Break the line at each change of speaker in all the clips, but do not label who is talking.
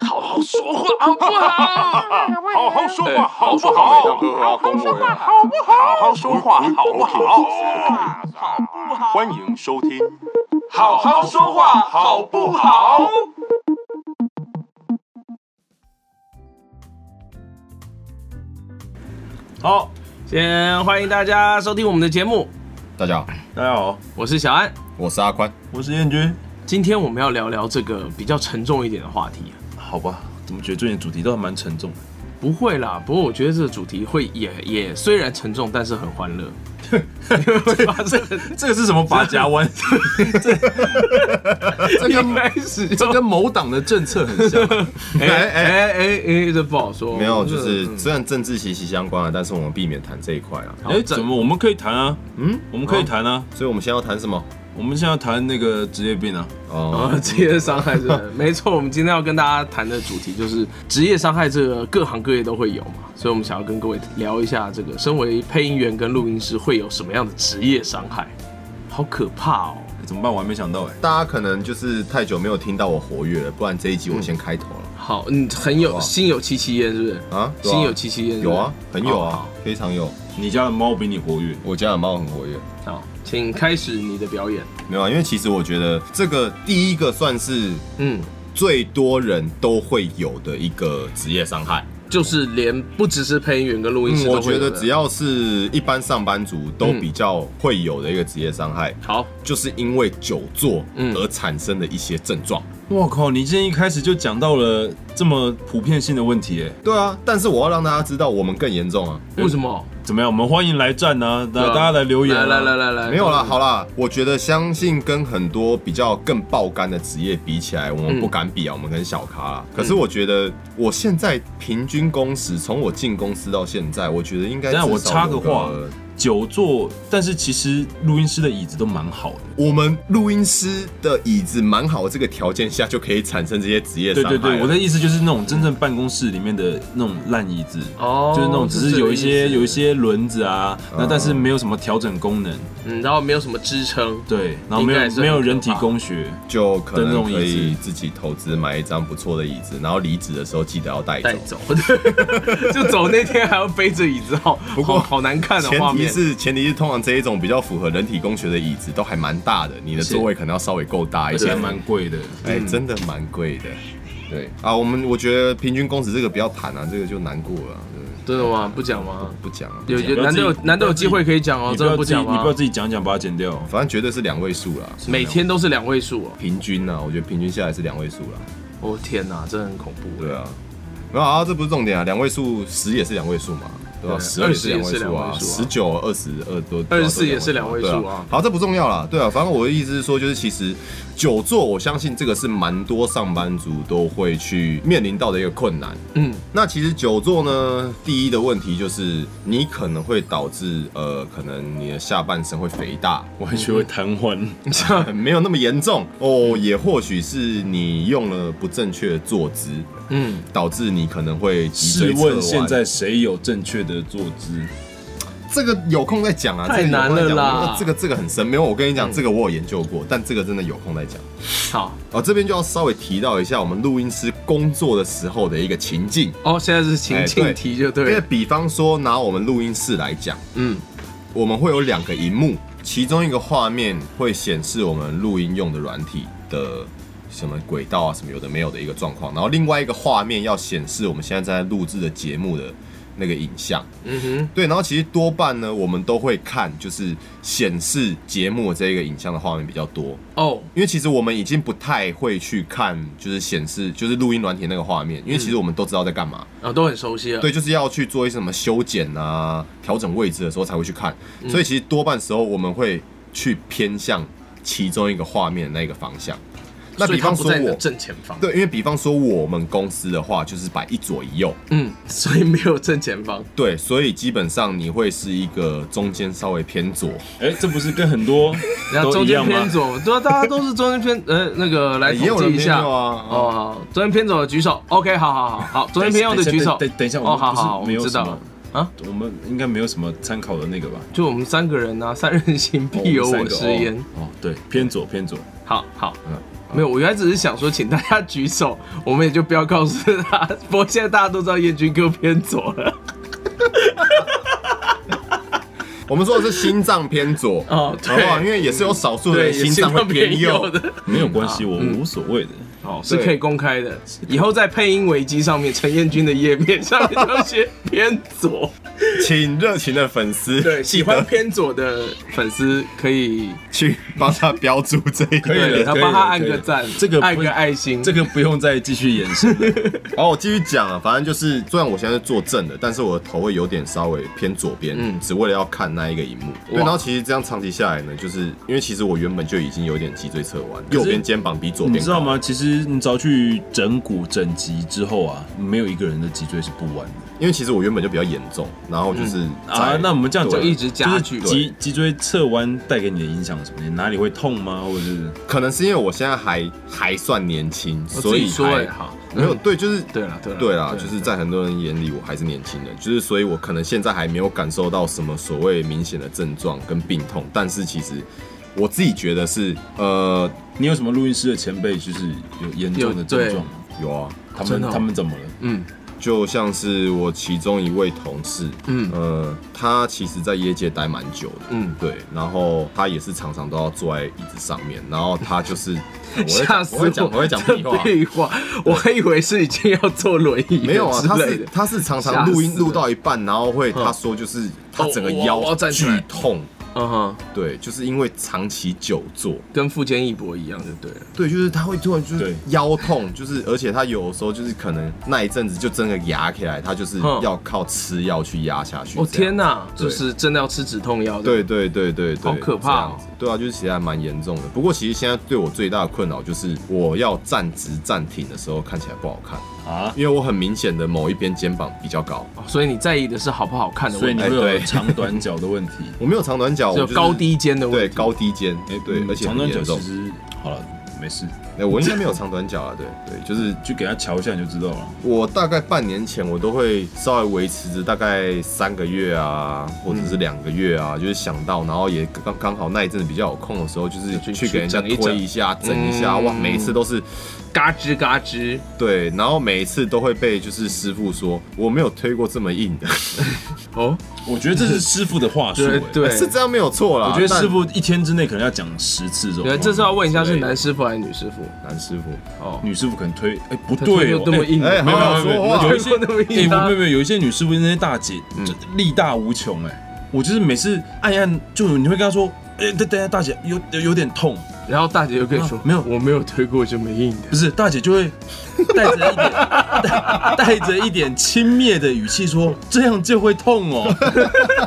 好说话好不好？Oh,
好好说
哎
话，好不
好
好？
好好说话，
好不好？好好说话，好不好？
好不好？
欢迎收听，
好好说话好不好？
好，先欢迎大家收听我们的节目，
大家好，
大家好，
我是小安。
我是阿宽。
我是燕君。
今天我们要聊聊这个比较沉重一点的话题。
好吧，怎么觉得最近主题都还蛮沉重的？
不会啦，不过我觉得这个主题会也也虽然沉重，但是很欢乐。
这个是什么把夹弯？
这一开始就
这跟某党的政策很像。啊
哎哎哎哎，这不好说。
没有，就是虽然政治息息相关啊，但是我们避免谈这一块啊。
好
哎，
这
怎么我们可以谈啊？
嗯，
我们可以谈啊。
所以我们先要谈什么？
我们现在谈那个职业病啊，
哦
呃，，职业伤害是吧 没错。我们今天要跟大家谈的主题就是职业伤害，这个各行各业都会有嘛，所以我们想要跟各位聊一下，这个身为配音员跟录音师会有什么样的职业伤害，好可怕哦！
哎怎么办？我还没想到哎。
大家可能就是太久没有听到我活跃了，不然这一集我先开头了
好，嗯，很有
哇
心有戚戚焉，是不是？
啊。对啊
心有戚戚焉，是不
有
是
啊，很有
好
啊，非常有。
你家的猫比你活跃，
我家的猫很活跃，
好好，请开始你的表演。
没有啊，因为其实我觉得这个第一个算是
嗯，
最多人都会有的一个职业伤害。
就是连不只是配音员跟录音师
嗯，
都
我
会有
觉
的，
得只要是一般上班族都
嗯
比较会有的一个职业伤害。
好，
就是因为久坐
嗯
而产生的一些症状。
我靠！你今天一开始就讲到了这么普遍性的问题，哎，
对啊，但是我要让大家知道，我们更严重啊。
为什么？
怎么样？我们欢迎来战啊！大
对啊
大家来留言啊，
来来来来来，
没有啦，
嗯，
好啦，我觉得相信跟很多比较更爆肝的职业比起来，我
嗯
们不敢比啊，我们很小咖
嗯
啦。可是我觉得我现在平均工时，从我进公司到现在，我觉得应该。
但我插个话，久坐，但是其实录音师的椅子都蛮好的。
我们录音师的椅子蛮好，这个条件下就可以产生这些职业
对
伤害
对
了。
对，我的意思就是那种真正办公室里面的那种烂椅子，
哦，
就是那种只是有一些有一，些轮子啊，那
嗯
但是没有什么调整功能，
嗯，然后没有什么支撑，
对，然后没
应该也
有
是很
没有人
可怕
体工学，
就可
的那
能
种椅
可以
子
自己投资买一张不错的椅子，然后离职的时候记得要带走
带。走， 就走那天还要背着椅子，好，不
过
好难看的
前
画
提
面。
是，前提是通常这一种比较符合人体工学的椅子都还蛮大的，你的座位可能要稍微够大一
而且
些
还。蛮贵的。
哎、真的蛮贵的。对啊，我们我觉得平均工时这个不要谈啊，这个就难过了啊、
真的吗？不讲
对
吗？
不讲啊，不
有
讲
有
不要
难
自
得
己
有难得有机会可以讲哦，
你不
真的
要
不
自己，
讲
你
吗
不要？自己讲讲，把它剪掉。
反正绝对是两位数啦，
每天都是两位数哦，
平均啊，我觉得平均下来是两位数啦。
我天哪，真的很恐怖。
对啊，没有啊，这不是重点啊，两位数十也是两位数嘛，对吧、
对
十二也是两位数
20也是
啊，十
两位
九、二十二多，
24也是两位数啊
对好，这不重要啦，对啊，反正我的意思是说，就是其实久坐，我相信这个是蛮多上班族都会去面临到的一个困难。
嗯，
那其实久坐呢，第一的问题就是你可能会导致呃，可能你的下半身会肥大，
我还学会瘫痪，
没有那么严重哦，也或许是你用了不正确的坐姿，
嗯，
导致你可能会脊
试
椎侧
问
弯
现在谁有正确的坐姿？
这个有空再讲啊，
太
这个有空再
难了
讲
啦
呃这个这个很深，没有我跟你讲，这个我有研究过，但这个真的有空再讲。
好
哦，这边就要稍微提到一下我们录音师工作的时候的一个情境，
哦，现在是情
哎
境
对
题就
因
对
为
了，
比方说拿我们录音室来讲，
嗯，
我们会有两个荧幕，其中一个画面会显示我们录音用的软体的。什么轨道啊，什么有的没有的一个状况，然后另外一个画面要显示我们现在正在录制的节目的那个影像，
嗯哼，
对，然后其实多半呢，我们都会看就是显示节目这个影像的画面比较多，
哦，
因为其实我们已经不太会去看就是显示就是录音软体那个画面，因为
嗯
其实我们都知道在干嘛，
啊，都很熟悉了，
对，就是要去做一些什么修剪啊、调整位置的时候才会去看，
嗯
所以其实多半时候我们会去偏向其中一个画面的那个方向。那
所以
比方
它不
说
在你的
我，
正前方，
对，因为比方说我们公司的话，就是摆一左一右，
嗯，所以没有正前方，
对，所以基本上你会是一个中间稍微偏左。
哎，这不是跟很多
然后
都
中
一
间
样
偏
吗？哎
左，对啊，大家都是中间偏，呃，那个来
也有
统计
人
一下
偏右啊
哦，好，中间偏左的举手，OK，好好好 好，中间偏右的举手，
等一下等一下，
哦，
我们
好
不是
好，我
没
们
有
知
什
道
么
了，啊，
我们应该没有什么参考的那个吧？
就我们 三个人啊，三人行必有
哦
我
们
师
三个
焉，
哦，哦对，偏左偏左，
好好
嗯，
没有，我原来只是想说，请大家举手，我们也就不要告诉他。不过现在大家都知道燕军哥偏左了。
我们说的是心脏偏左，
哦对
好不好？因为也是有少数人心脏会偏右
的，
没有关系，我无所谓的。
哦是可以公开的。以后在配音危机上面，陈彦君的页面上面就写偏左。
请热情的粉丝
对，
记
喜
得
欢偏左的粉丝可以，
去帮他标注这一
可以了
点。
对他
可以
帮他
了
按
可以
个
了
赞，
这个不
按个爱心，
这个不用再继续延伸了。
好，我继续讲啊，反正就是，虽然我现在是坐正的，但是我的头会有点稍微偏左边，
嗯
只为了要看那一个荧幕。对，然后其实这样长期下来呢，就是因为其实我原本就已经有点脊椎侧弯，右边肩膀比左
你
边
知道
高？
吗？其实你只要去整骨整脊之后啊，没有一个人的脊椎是不弯的
因为其实我原本就比较严重，然后就是
嗯
啊
在。
那我们这样讲，
就一直加剧
就是脊脊椎侧弯带给你的影响是什么？你哪里会痛吗？或者是
可能是因为我现在还还算年轻，
我
所
自己
以
说
还
也好。
没有对，就是
嗯对了对了
对啦，
对
就是在很多人眼里我还是年轻人，就是所以我可能现在还没有感受到什么所谓明显的症状跟病痛，但是其实我自己觉得是呃
你有什么录音师的前辈就是有严重的
有
症
对
状吗？
有啊，
他
真
们
的哦
他们怎么了？
嗯
就像是我其中一位同事，
嗯
呃，他其实在业界待蛮久的，
嗯，
对，然后他也是常常都要坐在椅子上面，然后他就是， 我会
吓
讲，
死
我会讲，我会讲屁话
这，屁话，我还以为是已经要坐轮椅了
没有啊，
之
他
类
是
的。
他是常
吓
常
死
录音
了
录到一半，然后会他说就是他整个
哦我我
腰
要站起
剧
来
痛，
嗯哼，
对，就是因为长期久坐，
跟富坚义博一样就对了。
对，就是他会突然就
对
是腰痛，就是而且他有时候就是可能那一阵子就真的压起来，他就是
哼
要靠吃药去压下去。
哦
这样
天哪，
对
就是真的要吃止痛药的。
对对对对对，
好可怕哦
这样子对啊，就是其实还蛮严重的。不过其实现在对我最大的困扰就是，我要站直站挺的时候看起来不好看，
啊，
因为我很明显的某一边肩膀比较高。
哦，所以你在意的是好不好看的
所以
问题，
你会有
哎对
长短脚的 问题。
我没有长短脚，我
只有
哦就是
高低肩的问
对
题。
高低肩，哎对，
嗯
而且
长
很
短
严
脚
重
其。实好了，没事，
哎，我应该没有长短脚啊，对 对，就是
就给他瞧一下你就知道了。
我大概半年前，我都会稍微维持着大概三个月啊，或者是两个月啊，就是想到，然后也刚刚好那一阵子比较有空的时候，就是
就去
去给人家
去整一整
推一下、整一下，
嗯
哇，每一次都是
嘎吱嘎吱，
对，然后每一次都会被就是师傅说我没有推过这么硬的，
哦，
我觉得这是师傅的话术、
对
哎
对 啊
是这样没有错啦。
我觉得师
但
傅一天之内可能要讲十次这种话。
对，这是要问一下是
对
男师傅还是女师傅？
男师傅，
哦，
女师傅可能推，哎、不对哦、
那么
哎
硬，
哎
没有没有
好好
没有
说话
有一些
没有那么硬啊嗯
哎没有没有有一些女师傅那些大姐，就力大无穷哎、我就是每次按一按，就你会跟她说，哎、等等一下大姐有有有点痛，
然后大姐就跟你说
啊，没有
我没有推过这么硬的。
不是大姐就会带着 一点带带着一点轻蔑的语气说，这样就会痛哦、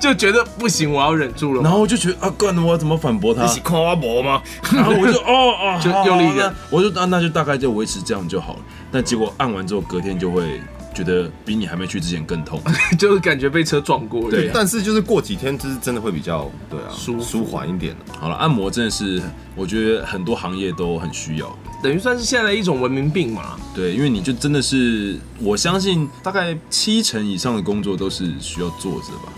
就觉得不行，我要忍住了。
然后我就觉得啊，干我要怎么反驳她？
看我博吗？
然后我就哦哦，
就
好好
用力一
好
点
那我就啊，那就大概就维持这样就好了。但结果按完之后，隔天就会觉得比你还没去之前更痛。
就是感觉被车撞过，
对
但是就是过几天，就是真的会比较对
啊
啊，
舒服
舒缓一点。
好了，按摩真的是我觉得很多行业都很需要。
等于算是现在的一种文明病嘛。
对，因为你就真的是，我相信大概七成以上的工作都是需要坐着吧。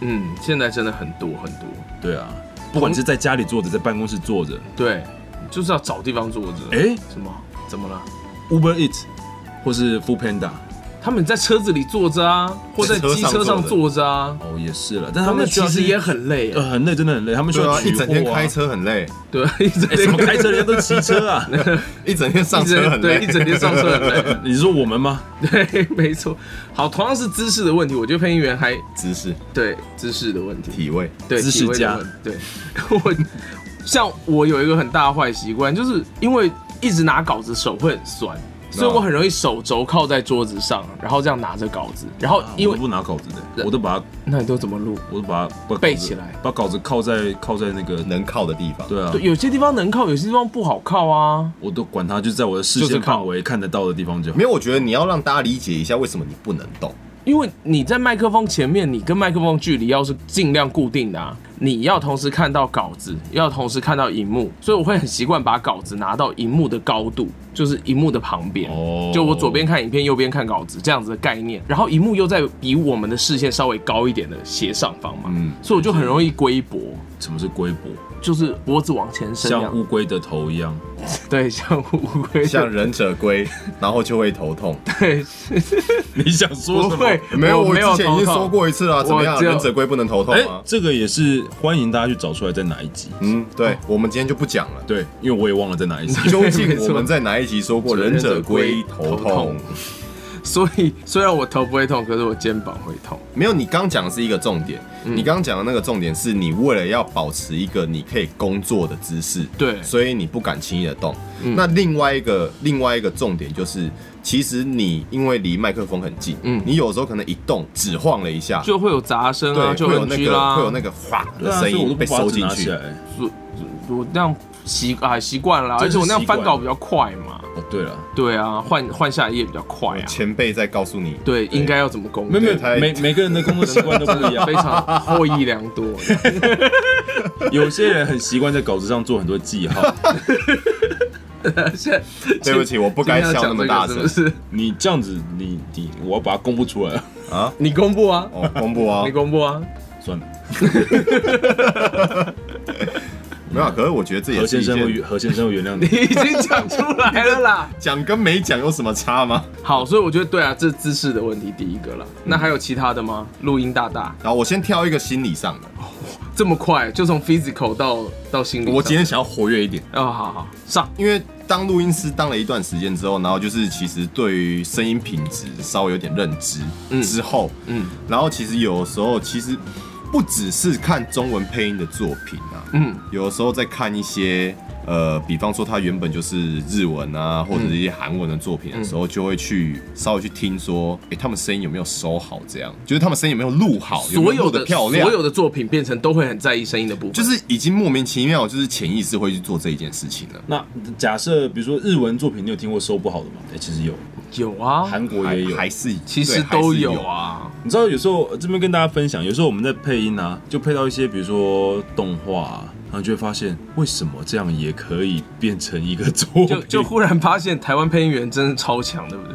嗯，现在真的很多很多，
对啊，不管是在家里坐着，在办公室坐着，
对，就是要找地方坐着。
哎
什么？怎么了？
，Uber Eat 或是 Food Panda，
他们在车子里坐着啊，或在机车上坐着啊，
哦也是了，但
他
他
们
们需
其
要
实
是
也很累
呃
啊。
很累，真的很累，他们需
对
要
啊，
取
一整天
货啊
开，车很累，
对，一整
哎，怎么
天
开车人家都骑车啊？
一整天上
一
车
整
很累，
对一整天上车很累。
你是说我们吗？
对，没错。好，同样是姿势的问题，我觉得配音员还
姿势
对姿势的问题。
体位。
对，
知识
体味的
家
问对， 我像我有一个很大的坏习惯，就是因为一直拿稿子手会很酸，所以我很容易手肘靠在桌子上，然后这样拿着稿子，然后因
啊
为
我都不拿稿子的，
对
我都把它，
那你都怎么录？
我都把它把稿子
背起来
把稿子靠在靠在那个，
能靠的地方。，
对啊
对，，有些地方能靠，有些地方不好靠啊。
我都管它，就在我的视
就是
线
靠
范围看得到的地方就好
没。有，我觉得你要让大家理解一下为什么你不能动。
因为你在麦克风前面，你跟麦克风距离要是尽量固定的、啊，你要同时看到稿子，要同时看到荧幕，所以我会很习惯把稿子拿到荧幕的高度，就是荧幕的旁边。
哦
就我左边看影片，右边看稿子这样子的概念，然后荧幕又在比我们的视线稍微高一点的斜上方嘛，
嗯
所以我就很容易龟脖，
什么是龟脖？
就是脖子往前伸这
像
样，
乌龟的头一 样，
对，像乌龟，
像忍者 龟，然后就会头痛。
对，
你想说
不
什么？
会，
没有，
我
我
没有
之前已
头
经
痛
说过一次了，怎么
我
样？
只有
忍者龟不能头痛
哎、
吗？
这个也是欢迎大家去找出来在哪一集。
嗯，对，我们今天就不讲 了。
对，因为我也忘了在哪一集。
究竟我们在哪一集说过
没错
忍者龟头
头痛
痛？
所以虽然我头不会痛，可是我肩膀会痛。
没有，你刚讲的是一个重点。
嗯
你刚讲的那个重点是你为了要保持一个你可以工作的姿势，
对嗯
所以你不敢轻易的动。那另外一个另外一个重点就是，其实你因为离麦克风很近，
嗯
你有时候可能一动只晃了一下，
就会有杂声啊，
对，
就
会有那
居
个
啦，
会有那个哗
对
的
啊，所
声
以我都
音
不
被
把它
收
拿
进
起
去。
来。
我我那样习啊习惯了，而
这是
且我那样
习惯
翻稿比较快嘛。
哦，对了，
对啊，换换下一页比较快啊。
前辈在告诉你，
对，应该要怎么工作
没有？没
对他
有，每每个人的工作习惯都不 一样
非。常获益良多。
有些人很习惯在稿子上做很多记号，
现在
对不起，我不该
今天
笑
要
那
讲这
么
个
大
是
声
不是？
你这样子，你你，我要把它公布出来了。
啊！
你公布啊，
哦，公 布啊
你，公布啊。
算了，
没有啊，可是我觉得这
何
也是
先
一
生会
件
原何先生会原谅
你
你。
已经讲出来了啦。
讲跟没讲有什么差吗？
好，所以我觉得对啊，这是姿势的问题第一个了。
嗯
那还有其他的吗？录音大大
然后我先挑一个心理上的，
这么快就从 physical 到到心理上，
我今天想要活跃一点，
哦，好好上，
因为当录音师当了一段时间之后，然后就是其实对于声音品质稍微有点认知
嗯
之后，
嗯
然后其实有时候其实不只是看中文配音的作品啊，
嗯，
有时候在看一些呃，比方说它原本就是日文啊，或者是一些韩文的作品的时候，就会去稍微去听说，诶，他们声音有没有收好？这样，就是他们声音有没有录好，有没
所有
录
的
的漂亮，
所有的作品变成都会很在意声音的部分，
就是已经莫名其妙，就是潜意识会去做这一件事情了。
那假设比如说日文作品，你有听过收不好的吗？哎，其实有，
有啊，
韩国也有，
哦还还是
其实
对还是
都
有
有。啊，
你知道有时候呃这边跟大家分享，有时候我们在配音啊，就配到一些比如说动画、啊，然后就会发现为什么这样也可以变成一个作品，
就就忽然发现台湾配音员真的超强，对不对？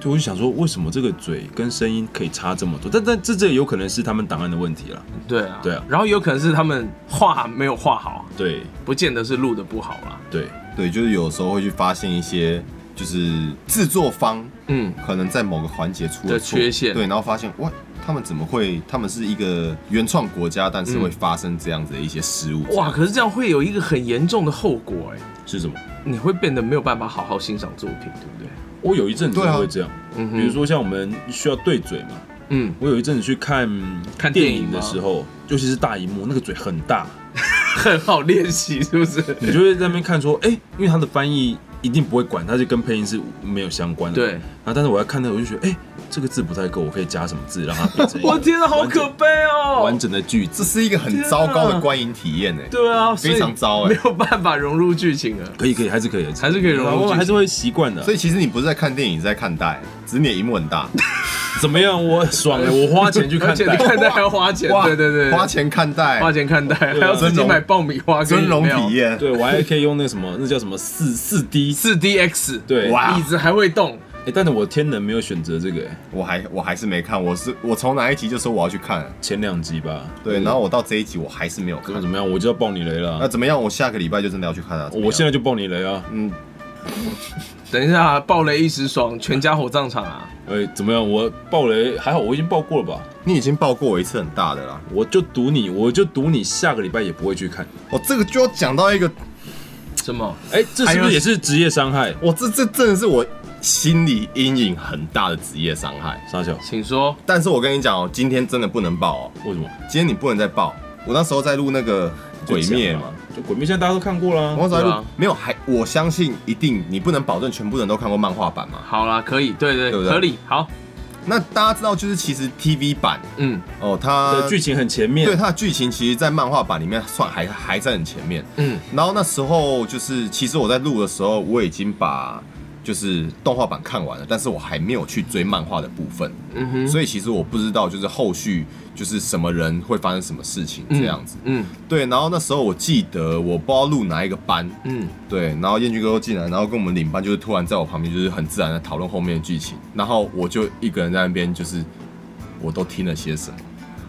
就我就想说，为什么这个嘴跟声音可以差这么多？但但这这有可能是他们档案的问题啦。
对啊，
对啊
然后有可能是他们画没有画好，
对
不见得是录的不好啊啦。
对，
啊对，就是有时候会去发现一些，就是制作方
嗯，
可能在某个环节出了
的
错
缺陷
对，然后发现哇，他们怎么会？他们是一个原创国家，但是会发生这样子的一些失误。
嗯哇，可是这样会有一个很严重的后果哎、
是什么？
你会变得没有办法好好欣赏作品，对不对？
我有一阵子
对啊
会这样，
嗯哼
比如说像我们需要对嘴嘛，
嗯，
我有一阵子去看
看
电
电影
影的
吗
时候，尤其是大荧幕，那个嘴很大，
很好练习，是不是？
你就会在那边看说，哎、因为他的翻译一定不会管，他就跟配音是没有相关的。
对
然后但是我要看那个，我就觉得，哎、这个字不太够，我可以加什么字让它 变成一个
我天啊，好可悲哦！
完整的句子。
这是一个很糟糕的观影体验呢、
啊
欸
对啊，
非常糟
所以
哎
没有办法融入剧情啊了。
可以可以，还是可以，
还是可以融入
我
剧情
还是会习惯的。
啊
所
所以
以其实你不是在看电影，你是在看待，只是你的荧幕很大，
怎么样，我爽
哎
了，我花钱去看
而且你
待。
看待还要花钱，对对对，
花钱看待，
花钱看待，还要自
尊
己
荣
买爆米花跟
尊
饮
荣
料
体。验。
对我还可以用那个什么，那叫什么四四 D。
四 DX，
对
哇
椅子还会动，
哎、但是我天能没有选择这个、哎
我还我还是没看，我是我从哪一集就说我要去看，
前两集吧。
对，
嗯
然后我到这一集我还是没有
那
看。
怎么样？我就要爆你雷了
那
啊。
怎么样？我下个礼拜就真的要去看啊！怎么
我
样
现在就爆你雷啊！
嗯，
等一下暴雷一时爽，全家火葬场啊！
哎、怎么样？我爆雷还好，我已经爆过了吧？
你已经爆过我一次很大的啦。
我就赌你，我就赌你下个礼拜也不会去看。
我哦这个就要讲到一个，
什么？
哎、这是不是也是职业伤害？
我这这真的是我心理阴影很大的职业伤害。
傻小，
请说。
但是我跟你讲哦，今天真的不能爆哦，
为什么？
今天你不能再爆。我那时候在录那个鬼灭嘛，，
就鬼灭现在大家都看过啦。
我那时候在
对
录
啊，
没有还我相信一定，你不能保证全部人都看过漫画版嘛。
好啦，可以，对对
对不对
合理。好，
那大家知道，就是其实 TV 版
嗯
哦，它
的剧情很前面
对，它的剧情，其实，在漫画版里面算还还在很前面。
嗯
然后那时候就是，其实我在录的时候，我已经把就是动画版看完了，但是我还没有去追漫画的部分，
嗯哼，
所以其实我不知道就是后续就是什么人会发生什么事情这样子。
嗯
对，然后那时候我记得我不知道录哪一个班，
嗯，
对，然后燕军哥又进来，然后跟我们领班就是突然在我旁边，就是很自然的讨论后面的剧情，然后我就一个人在那边，就是我都听了些什么，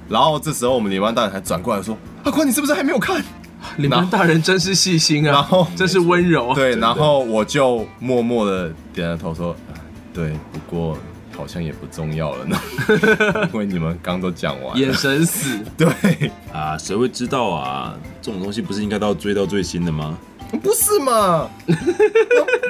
然后这时候我们领班大人还转过来说：“阿宽，你是不是还没有看
领班大人真是细心啊，
然后
真是温柔？”啊，
对，
的
然后我就默默的点了头说：“呃对，不过好像也不重要 了呢，因为你们刚都讲完了。
眼神 死，
对，
啊，谁会知道啊？这种东西不是应该到追到最新的吗？
不是嘛？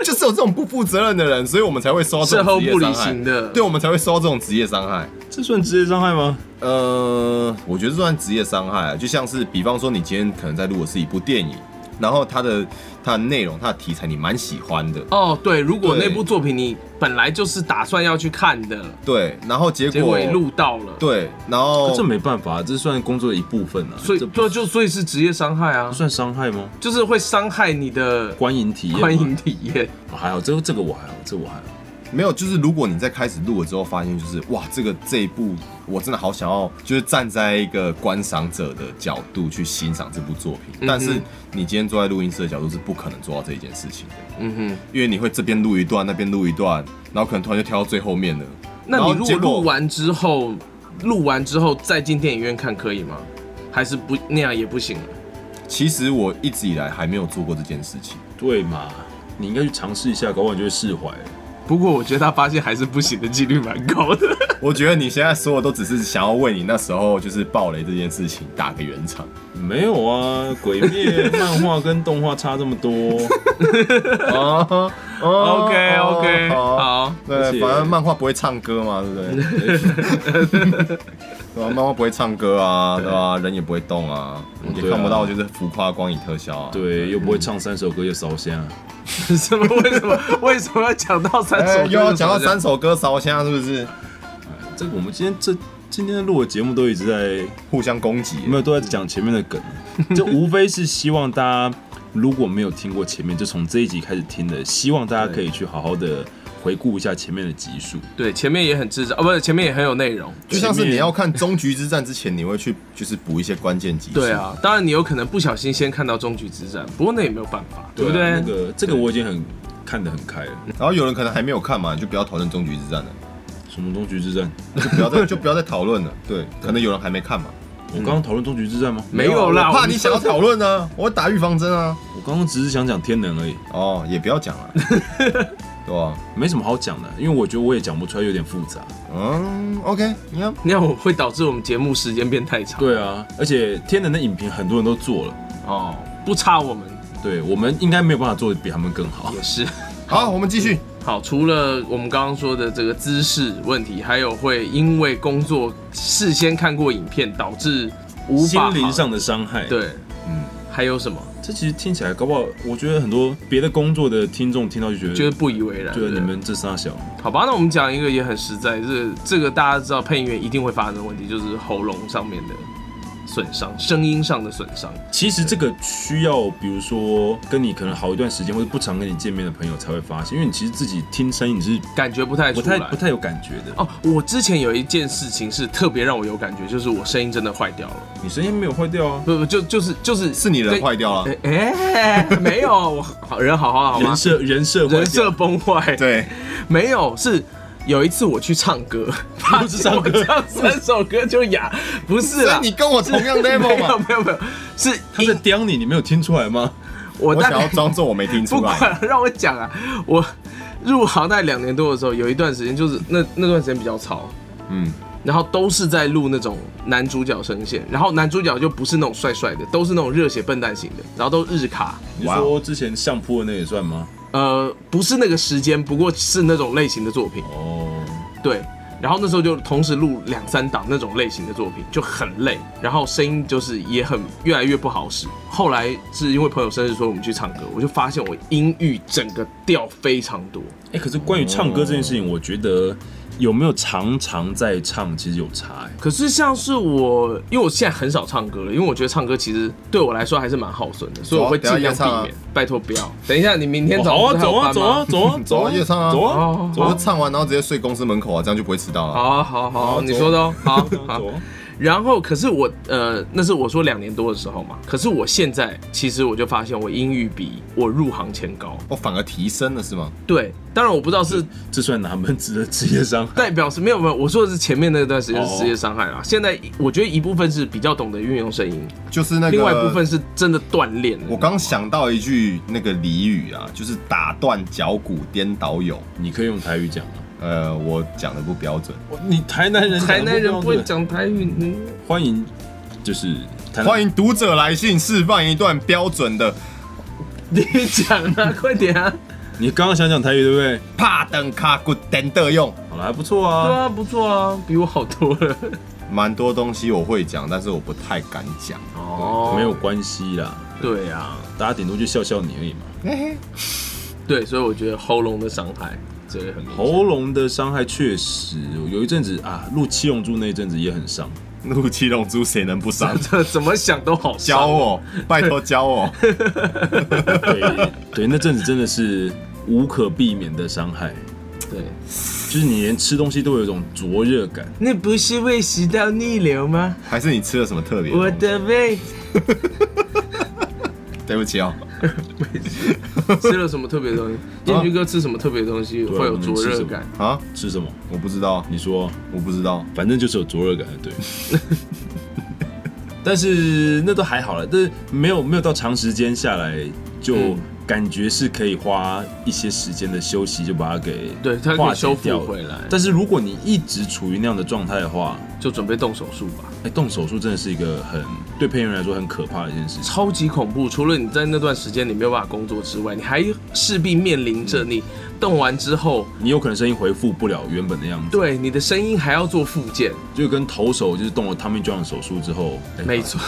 就是有这种不负责任的人，所以我们才会受到这
事后
种职业
不履
伤害
行。的，
对，我们才会受到这种职业伤害。
这算职业伤害吗？
呃，我觉得这算职业伤害啊，就像是比方说你今天可能在录的是一部电影，然后它的它的内容、它的题材你蛮喜欢的，
哦，对，如果
对
那部作品你本来就是打算要去看的，
对，然后结
结
果
果也录到了，，
对，然后
这没办法，啊这算工作的一部分啊。
所以
这不
对，就所以是职业伤害啊，
算伤害吗？
就是会伤害你的
观影体验吗，
观影体验。
哦还好，这这个我还好，这我还好。
没有，就是如果你在开始录了之后发现，就是哇，这个这一部我真的好想要，就是站在一个观赏者的角度去欣赏这部作品，
哼
但是你今天坐在录音室的角度是不可能做到这一件事情的，
嗯哼。
因为你会这边录一段，那边录一段，然后可能突然就跳到最后面了。
那
然
你
后
如果
结果
录完之后，录完之后再进电影院看可以吗？还是不那样也不行？啊
其实我一直以来还没有做过这件事情。
对嘛？你应该去尝试一下，搞不好你就会释怀了。
不过我觉得他发现还是不行的几率蛮高的。
我觉得你现在说的都只是想要为你那时候就是暴雷这件事情打个圆场。
没有啊，鬼灭 漫画跟动画差这么多，
哦
OK OK，好，
哦 而
对，
且
反正漫画不会唱歌嘛，对不对？ 对吧、漫画不会唱歌啊，对吧、人也不会动啊，也
对啊
看不到就是浮夸光影特效啊。
对，又不会唱三首歌又烧香，
什么？为什么？为什么要讲到三
哎，
首歌？
又要讲到三，首歌烧香，是不是？
这个我们今天这今天录的节目都一直在
互相攻击。
没有都在讲前面的 梗，这无非是希望大家如果没有听过前面，就从这一集开始听的，希望大家可以去好好的回顾一下前面的集数。
对，前面也很智障，哦，不是，前面也很有内容。
就像是
前面
你要看终局之战之前，你会去就是补一些关键集数。
对，啊，当然你有可能不小心先看到终局之战，不过那也没有办法，对
啊
不对？
那个这个我已经很看得很开了，
然后有人可能还没有看嘛，你就不要讨论终局之战了，
什么终局之战？
就不要再就不要再讨论了。 对，可能有人还没看嘛。啊
我刚刚讨论终局之战吗？
嗯没有啦，
我怕
们
你想要讨论啊，我会打预防针啊。
我刚刚只是想讲天能而已，
哦，也不要 讲了，对啊吧？
没什么好讲的，因为我觉得我也讲不出来，有点复杂。
嗯，OK，你看，
那样我会导致我们节目时间变太长。
对啊，而且天能的影评很多人都做了，
哦，不差我们
对我们应该没有办法做的比他们更好。
也是。
好，我们继续。
好，除了我们刚刚说的这个姿势问题，还有会因为工作事先看过影片导致无
心
法
灵上的伤害，，
对，嗯
嗯，
还有什么？
这其实听起来搞不好，我觉得很多别的工作的听众听到就觉得，
就是不以为然。
觉得
对
你们这仨小，
好吧，那我们讲一个也很实在，这这个大家知道配音员一定会发生的问题，就是喉咙上面的损伤，声音上的损伤。
其实这个需要，比如说跟你可能好一段时间或者不常跟你见面的朋友才会发现，因为你其实自己听声音你是
感觉不太
不
出
太
来。
不太有感觉的，
哦，我之前有一件事情是特别让我有感觉，就是我声音真的坏掉了。
你声音没有坏掉啊，
不不，就就是就是
是你人
跟。
坏掉了，
哎、哎没有，我好人好好好吗
人？设人设坏
人设
掉，
崩坏，，
对，
没有是。有一次我去唱 歌，怕
是唱歌
唱三首歌就哑，不是啊
所
啦
以，你跟我同样 level
没有
嘛。
没有没有，是
他在
音
刁你，你没有听出来吗？
我
我
大
想
概
要装作我没听
不
出来。
管让我讲啊，我入行大概两年多的时候，有一段时间就是那那段时间比较潮，
嗯，
然后都是在录那种男主角声线，然后男主角就不是那种帅帅的，都是那种热血笨蛋型的，然后都日卡，
你
哇
说之前相扑的那也算吗？
呃，不是那个时间，不过是那种类型的作品，
哦，
对。然后那时候就同时录两三档那种类型的作品，就很累，然后声音就是也很越来越不好使。后来是因为朋友生日说我们去唱歌，我就发现我音域整个掉非常多，
哎、可是关于唱歌这件事情，我觉得有没有常常在唱，其实有差、欸。
可是像是我，因为我现在很少唱歌了，因为我觉得唱歌其实对我来说还是蛮耗损的，所以我会尽量避
等一下
免
夜唱。
拜托不要，等一下你明天
好
早上还
啊，走
有
啊，
班
走
吗？
啊，走啊，
走啊夜唱啊
走
哦
啊，走
我
啊
就，唱完，然后直接睡公司门口啊，这样就不会迟到了。
好好好，你说的哦，好好。
走啊。
然后，可是我呃，那是我说两年多的时候嘛。可是我现在其实我就发现，我英语比我入行前高。
我哦反而提升了是吗？
对，当然我不知道是
嗯
这算哪门子的职业伤害？
代表是没有没有，我说的是前面那段时间是
哦
职业伤害啊。现在我觉得一部分是比较懂得运用声音，
就是那个
另外一部分是真的锻炼了。
我刚想到一句那个俚语啊，就是打断脚骨颠倒有。
你可以用台语讲啊。
呃，我讲的不标准，
我你台南人，
台南人不会，讲台语，嗯
欢迎就是台南
欢迎读者来信示范一段标准的
你讲 啊，快点啊！
你刚刚想讲台语对不对？
帕登卡骨颠的用。
好了，还不错
对
啊。
啊，不错啊，比我好多了。
蛮多东西我会讲，但是我不太敢讲。
哦
没有关系啦，
对啊，
大家顶多就笑笑你而已嘛。
对，所以我觉得喉咙的伤害这个很 明显？
喉咙的伤害确实有一阵子啊，录七龙珠那一阵子也很伤。
怒气龙珠谁能不伤
这怎么想都好伤
教我，拜托教我。
对对，那阵子真的是无可避免的伤害，
对，
就是你连吃东西都有一种灼热感。
那不是胃食道逆流吗？
还是你吃了什么特别？
我，的胃
对不起哦。
吃了什么特别的东西？燕军哥吃什么特别的东西
对啊
会有
我
灼
们吃
热
什么
感？
啊，
吃什么？
我不知道，
你说，
我不知道。
反正就是有灼热感，对。 但是那都还好了，但是没有没有到长时间下来，就
嗯
感觉是可以花一些时间的休息就把它给
对啊它可以
化解
修复
掉了
回来
但是如果你一直处于那样的状态的话，
就准备动手术吧，
哎、动手术真的是一个很对配音员来说很可怕的一件事情。
超级恐怖。除了你在那段时间你没有办法工作之外，你还势必面临着你动完之后，
你有可能声音回复不了原本的样子，
对你的声音还要做复健。
就跟投手就是动了 Tommy John 手术之后，哎
没错，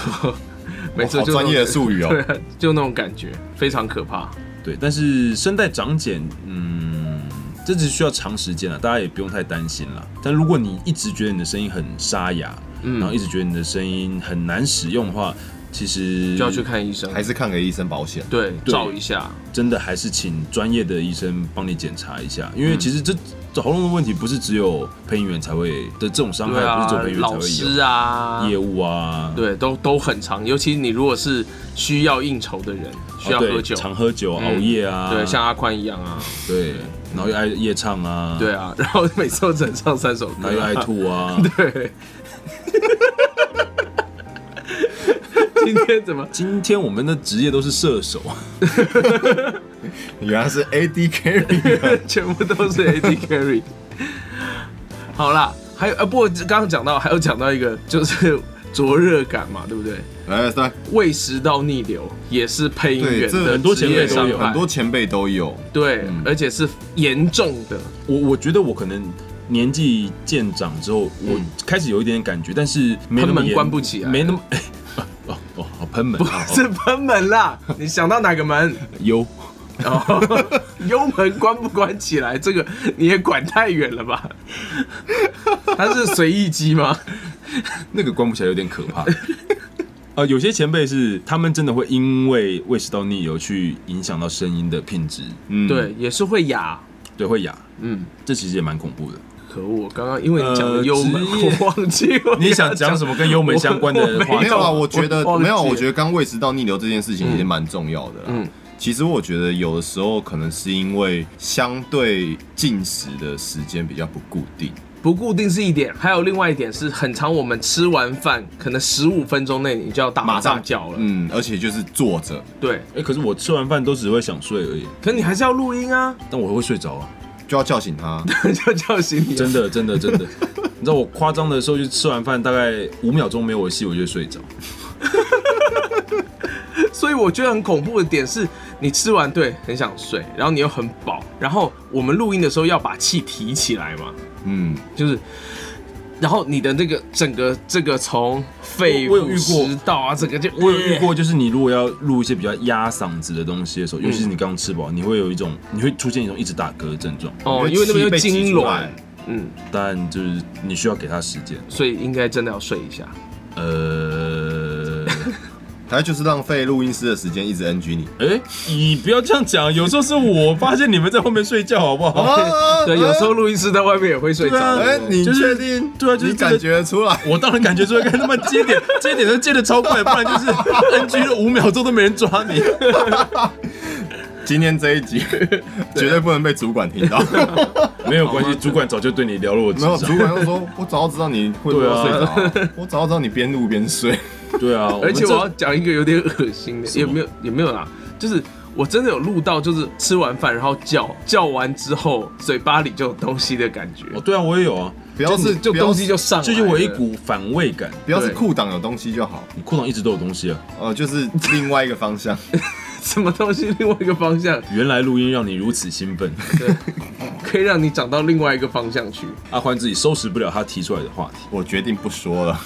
没错，
好
就那种
专业的术语 哦
对啊，就那种感觉，非常可怕。
对，但是声带长茧，嗯，这只需要长时间啊，大家也不用太担心啦。但如果你一直觉得你的声音很沙哑，
嗯
然后一直觉得你的声音很难使用的话，其实
就要去看医生，
还是看给医生保险。
对
对
照一下。
真的还是请专业的医生帮你检查一下，因为
嗯
其实这。这喉咙的问题不是只有配音员才会的这种伤害，
对
不
啊
是只有配音，员才
老
会
师
有，
啊，
业务啊，
对，都都很长，尤其你如果是需要应酬的人，需要
哦对
喝酒，
常喝酒、
嗯
熬夜啊，
对，像阿宽一样啊，
对，然后又爱夜唱啊，
对，啊，然后每次都只能唱三首
然后又
歌，
爱吐啊。
对。今天怎么？
今天我们的职业都是射手，
原来是 AD carry 啊
嗯
全部都是 AD carry。好啦，还有呃，不过刚刚讲到，还有讲到一个就是灼热感嘛，对不对？
来来，
胃食道逆流也是配音
对
员
这
的
很
多嗯
职
前
业
辈都
伤
有
害
很多前辈都有。
对，而且是严重的，
我我觉得我可能年纪渐长之后，我开始有一点点感觉，但是没那
喷
么
门
严
关不起来
没那么。 哎哦哦，好喷门啊！ 哦
是喷门啦。你想到哪个门？
有
哦，幽门关不关起来，这个你也管太远了吧？它是随意机吗？
那个关不起来有点可怕。 呃，有些前辈是他们真的会因为胃食道逆流去影响到声音的品质，
嗯，
对，也是会哑。
对，会哑，
嗯，
这其实也蛮恐怖的。
可恶，我刚刚因为你讲的
呃
幽门，
职业
我忘记我
你想讲什么跟幽门相关的
我我
话
没
题
有啊，
我
我觉得
我忘记
没有，
了
我觉得刚胃食道逆流这件事情已经蛮重要的啦。
嗯
其实我觉得有的时候可能是因为相对进食的时间比较不固定，
不固定是一点，还有另外一点是，很长我们吃完饭，可能十五分钟内你就要大马大叫了。
嗯，而且就是坐着，
对，
哎、可是我吃完饭都只会想睡而已，
可你还是要录音啊，
但我会睡着啊，
就要叫醒 他。
就叫醒你啊。
真的，真的，真的。你知道我夸张的时候，就吃完饭大概五秒钟没有我的戏，我就会睡着。
所以我觉得很恐怖的点是，你吃完对很想睡，然后你又很饱，然后我们录音的时候要把气提起来嘛，
嗯，
就是，然后你的那个整个这个从肺
我我有遇
部
过
食道啊，整个就
我有遇过，就是你如果要录一些比较压嗓子的东西
嗯
的时候，
哦
哦
尤其是你刚吃饱，你会有一种，你会出现一种一直打嗝的症状。
哦，因为那边有痉挛，嗯，
但就是你需要给他时间。
所以应该真的要睡一 下。
呃，
他就是浪费录音师的时间，一直 NG 你。
哎、你不要这样讲，有时候是我发现你们在后面睡觉，好不好？
啊
对，有时候录音师在外面也会睡着。
对啊
哎，你
就是
确定？
对啊就是
你
这个
感觉得出来。
我当然感觉出来，看他们接点 接点都接的超快，不然就是 NG 了五秒钟都没人抓 你。
今天这一 集绝对不能被主管听到，
没有关系，主管早就对你了若指
没有主
掌。
管又说，我早就知道你会多
对啊
睡着啊，我早就知道你边录边睡。
对啊，
而且
们这
我要讲一个有点恶心的，
什
也
么
没有也没有啦，就是我真的有录到，就是吃完饭然后叫叫完之后嘴巴里就有东西的感觉，
哦，对啊，我也有啊，
不要
就是
是
就
不要
东西就上来了，
就是我有一股 反胃感。
不要是
对
裤裆有东西就好，
你裤裆一直都有东西啊！
呃，就是另外一个方向。
什么东西另外一个方向，
原来录音让你如此兴奋，
对，可以让你长到另外一个方向去。
阿欢自己收拾不了他提出来的话题。
我决定不说了，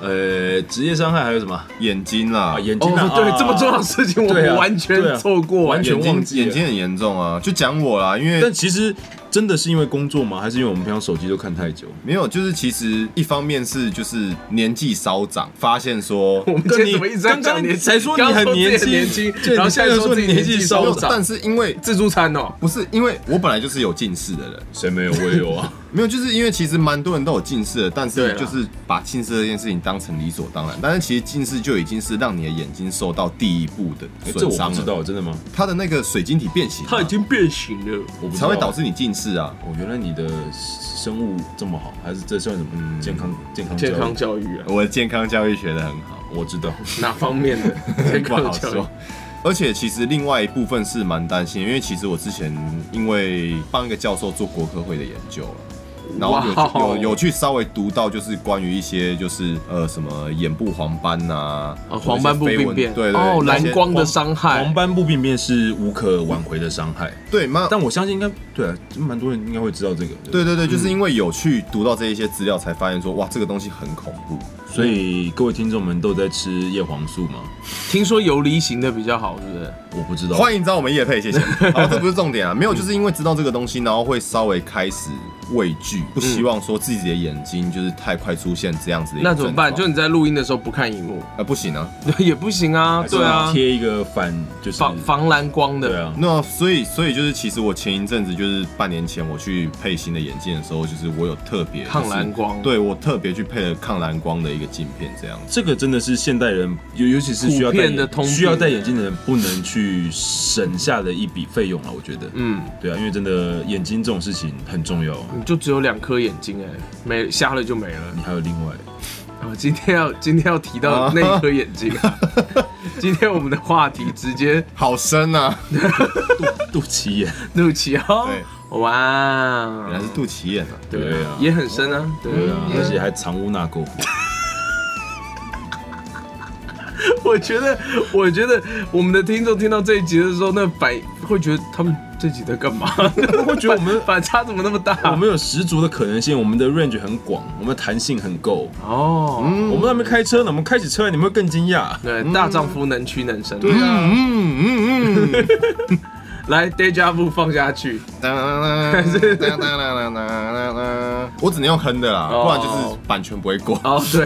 呃，职业伤害还有什么
眼睛啦
啊？，眼睛啊？
哦，对
啊，
这么重要的事情我
对啊
们完
对
全
啊
错过，
完全
眼睛
忘记了
眼睛很严重啊，就讲我啦，因为
但其实真的是因为工作吗？还是因为我们平常手机都看太久？
没有，就是其实一方面是就是年纪稍长，发现说
我们今天怎么一直在讲年轻？
刚刚你才说你
刚刚
很
自己
年轻
年轻，
对
然后
你
现在
刚刚
说
说
自己
你
年
年
纪
纪
稍
稍
长，
但是因为
自助餐哦，
不是因为我本来就是有近视的人，
谁没有？我也有啊。
没有，就是因为其实蛮多人都有近视的，但
对
是
啦
就是把近视这件事情当成理所当然，但是其实近视就已经是让你的眼睛受到第一步的
哎这
损
我
伤
不知
了，
道，真的吗？
它的那个水晶体变形啊、
经变形了。
我不知
才
道
会导致你近视啊。
哦，原来你的生物这么好，还是这算什么健康、健康教育
健康？教育啊，
我的健康教育学的很好，
我知道，
哪方面的健
不
康
好
教育
说？。而且其实另外一部分是蛮担心，因为其实我之前因为帮一个教授做国科会的研究了。然后有
哇哦
有有去稍微读到，就是关于一些就是呃什么眼部黄斑呐、啊
啊，黄斑部
或者是绯
病
闻
变，
对对
哦，
那些
蓝光的伤害
黄，斑部病变是无可挽回的伤害，
对，蛮
但我相信应该对啊，蛮多人应该会知道这个。
对对对，
嗯
就是因为有去读到这一些资料，才发现说哇，这个东西很恐怖。
所以各位听众们都在吃叶黄素吗？
听说游离型的比较好，是不是？
我不知道。
欢迎找我们叶配， 谢谢。好，这不是重点啊，没有，就是因为知道这个东西，然后会稍微开始畏惧，不希望说自己的眼睛就是太快出现这样子的一个
那怎么办？
症
就
状
你在录音的时候不看荧幕，
呃不行啊，
也不行啊，
还是
对啊，
贴一个反就是
防防蓝光
嗯对
的，
啊，
那所以所以就是，其实我前一阵子就是半年前我去配新的眼镜的时候，就是我有特别、就是
抗蓝光
对我特别去配了抗蓝光的一个镜片，这样子。
这个真的是现代人，尤尤其是需要戴
普遍的通
眼
病
需要戴眼镜的人不能去省下的一笔费用啊了。我觉得，
嗯，
对啊，因为真的眼睛这种事情很重要啊。
你嗯就只有两颗眼睛哎，没瞎了就没了。
你还有另外，
我今天要 今天要提到那一颗眼睛 啊，今天我们的话题直接
好深啊！
肚脐 眼，
怒起哦
对，
哇
原，来是肚脐眼啊！
对啊
也很深啊，对
对啊，而且还藏污纳垢。
嗯我觉得，我觉得我们的听众听到这一集的时候，那反会觉得他们这集在干嘛？
会觉 得我们
反差怎么那么大？
我们有十足的可能性，我们的 range 很广，我们的弹性很够。
哦，
我们还没开车呢，我们开起车来你们会更惊讶。
对，大丈夫能屈能伸。
啊嗯嗯嗯 嗯，
来 deja vu 放下去，
当当当当当当当当，我只能用哼的啦，
哦
不然就是版权不会过。
哦，对，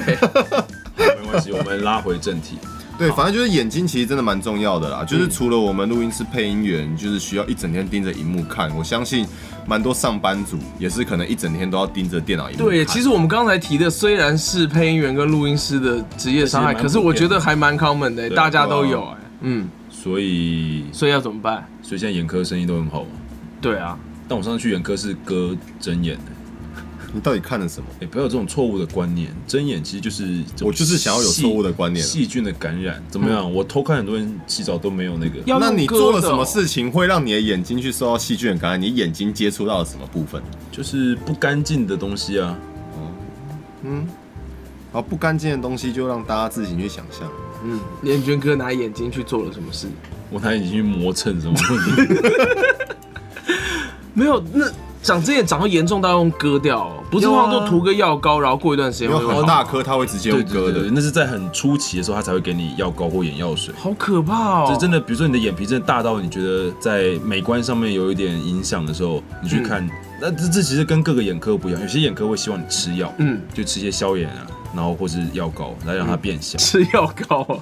没关系，我们拉回正题。
对，反正就是眼睛其实真的蛮重要的啦，就是除了我们录音师配音员，就是需要一整天盯着荧幕看，我相信蛮多上班族也是可能一整天都要盯着电脑荧幕看。
对，其实我们刚才提的虽然是配音员跟录音师的职业伤害，
其实蛮
可是我觉得还蛮 common 的，
对
大家都有哎，嗯，
所以，
所以要怎么办？
所以现在眼科生意都很好嘛。
对啊，
但我上次去眼科是割针眼的，
你到底看了什么？
哎、不要有这种错误的观念。针眼其实就是
我就是想要有
细
错误的观念啊嗯
细菌的感染怎么样？我偷看很多人洗澡都没有那个。
要
那
用
你
歌
做了
的
什么
哦？
事情会让你的眼睛去受到细菌的感染？你眼睛接触到了什么部分？
就是不干净的东西啊。
嗯，好，不干净的东西就让大家自行去想象。
嗯，严娟哥拿眼睛去做了什么事？
我拿眼睛去磨蹭什么东西？
没有，那长针眼长到严重到用割掉哦，不是通常
有啊
都涂个药膏，然后过一段时间
因为
会好
很大颗，它会直接用
对对
割
对对，
的。
那是在很初期的时候，他才会给你药膏或眼药水。
好可怕哦！
就真的，比如说你的眼皮真的大到你觉得在美观上面有一点影响的时候，你去看，
嗯
那这这其实跟各个眼科不一样，有些眼科会希望你吃药，
嗯
就吃一些消炎啊，然后或是药膏来让它变小，
吃药膏啊，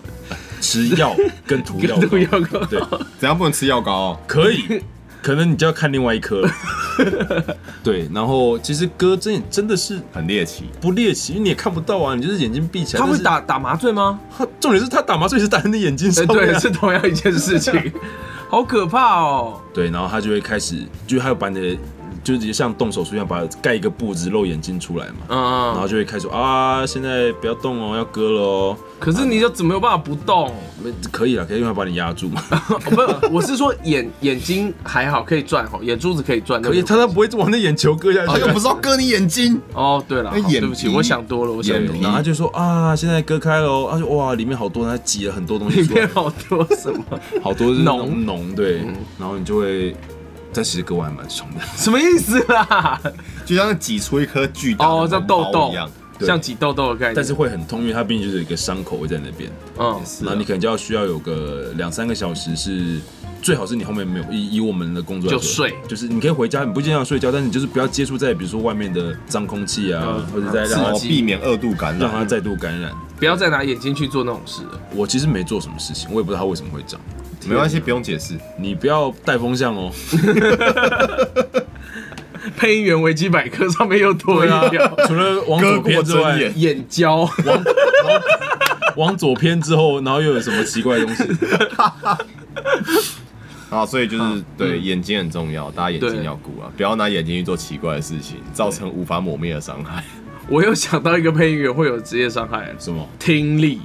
吃药跟涂 药
跟涂药膏
对，
怎样不能吃药膏哦？
可以，可能你就要看另外一科了。 对，然后其实割针眼真的是
很猎奇，
不猎奇，因为你也看不到啊，你就是眼睛闭起 来。
他会
但是
打打麻醉吗？
他，重点是他打麻醉是打在你的眼睛
哎，
上面、
对，
啊
是同样一件事情， 好可怕哦！
对，然后他就会开始，就还有把你的，就是直接像动手术一样，把盖一个布子露眼睛出来嘛，然后
嗯，
就会开始说啊，现在不要动哦，要割了哦，
可是你就怎么有办法不动？
没可以了，可以用来把你压住嘛，
哦不，我是说眼眼睛还好可以转吼，眼珠子可以转。
可 以，
对不对
他他不会往那眼球割下去，啊
它又不是要割你眼睛，
哦，对了，好
哎眼
对不起，
皮
我想多了，我想
眼
多
皮
了，
然后他就说啊，现在割开了哦，他就哇，里面好多，他挤了很多东西
里
出来
面，好多什么？
好多是
脓
脓脓，对，然后你就会，但其实割完还蛮 爽的，
什么意思 啦？
就像挤出一颗巨大的
哦，像
脓
痘
包
痘
一样。，
对
像挤痘痘的概念。
但是会很痛，因为它毕竟就是有一个伤口会在那边。
嗯，
是
那
啊
你可能就要需要有个两三个小时是。最好是你后面没有以以我们的工作来
就
说
睡
就是你可以回家，你不经常睡觉，但是你就是不要接触在比如说外面的脏空气啊，
呃
嗯
或者再让
然后
它
避免二度感
让它
染。
再度感染。
不要再拿眼睛去做那种事了。
我其实没做什么事情，我也不知道它为什么会长。
没关系，不用解释。
你不要带风 向哦，
配音员维基百科上面又多一条、
除了往
啊割
左
过
偏之
针
外，
眼，
眼胶，
往左偏之后，然后又有什么奇怪的东西？
啊，所以就是对眼睛很重要，大家眼睛要顾啊，不要拿眼睛去做奇怪的事情，造成无法抹灭的伤害。
我又想到一个配音员会有职业伤害，
什么？
听力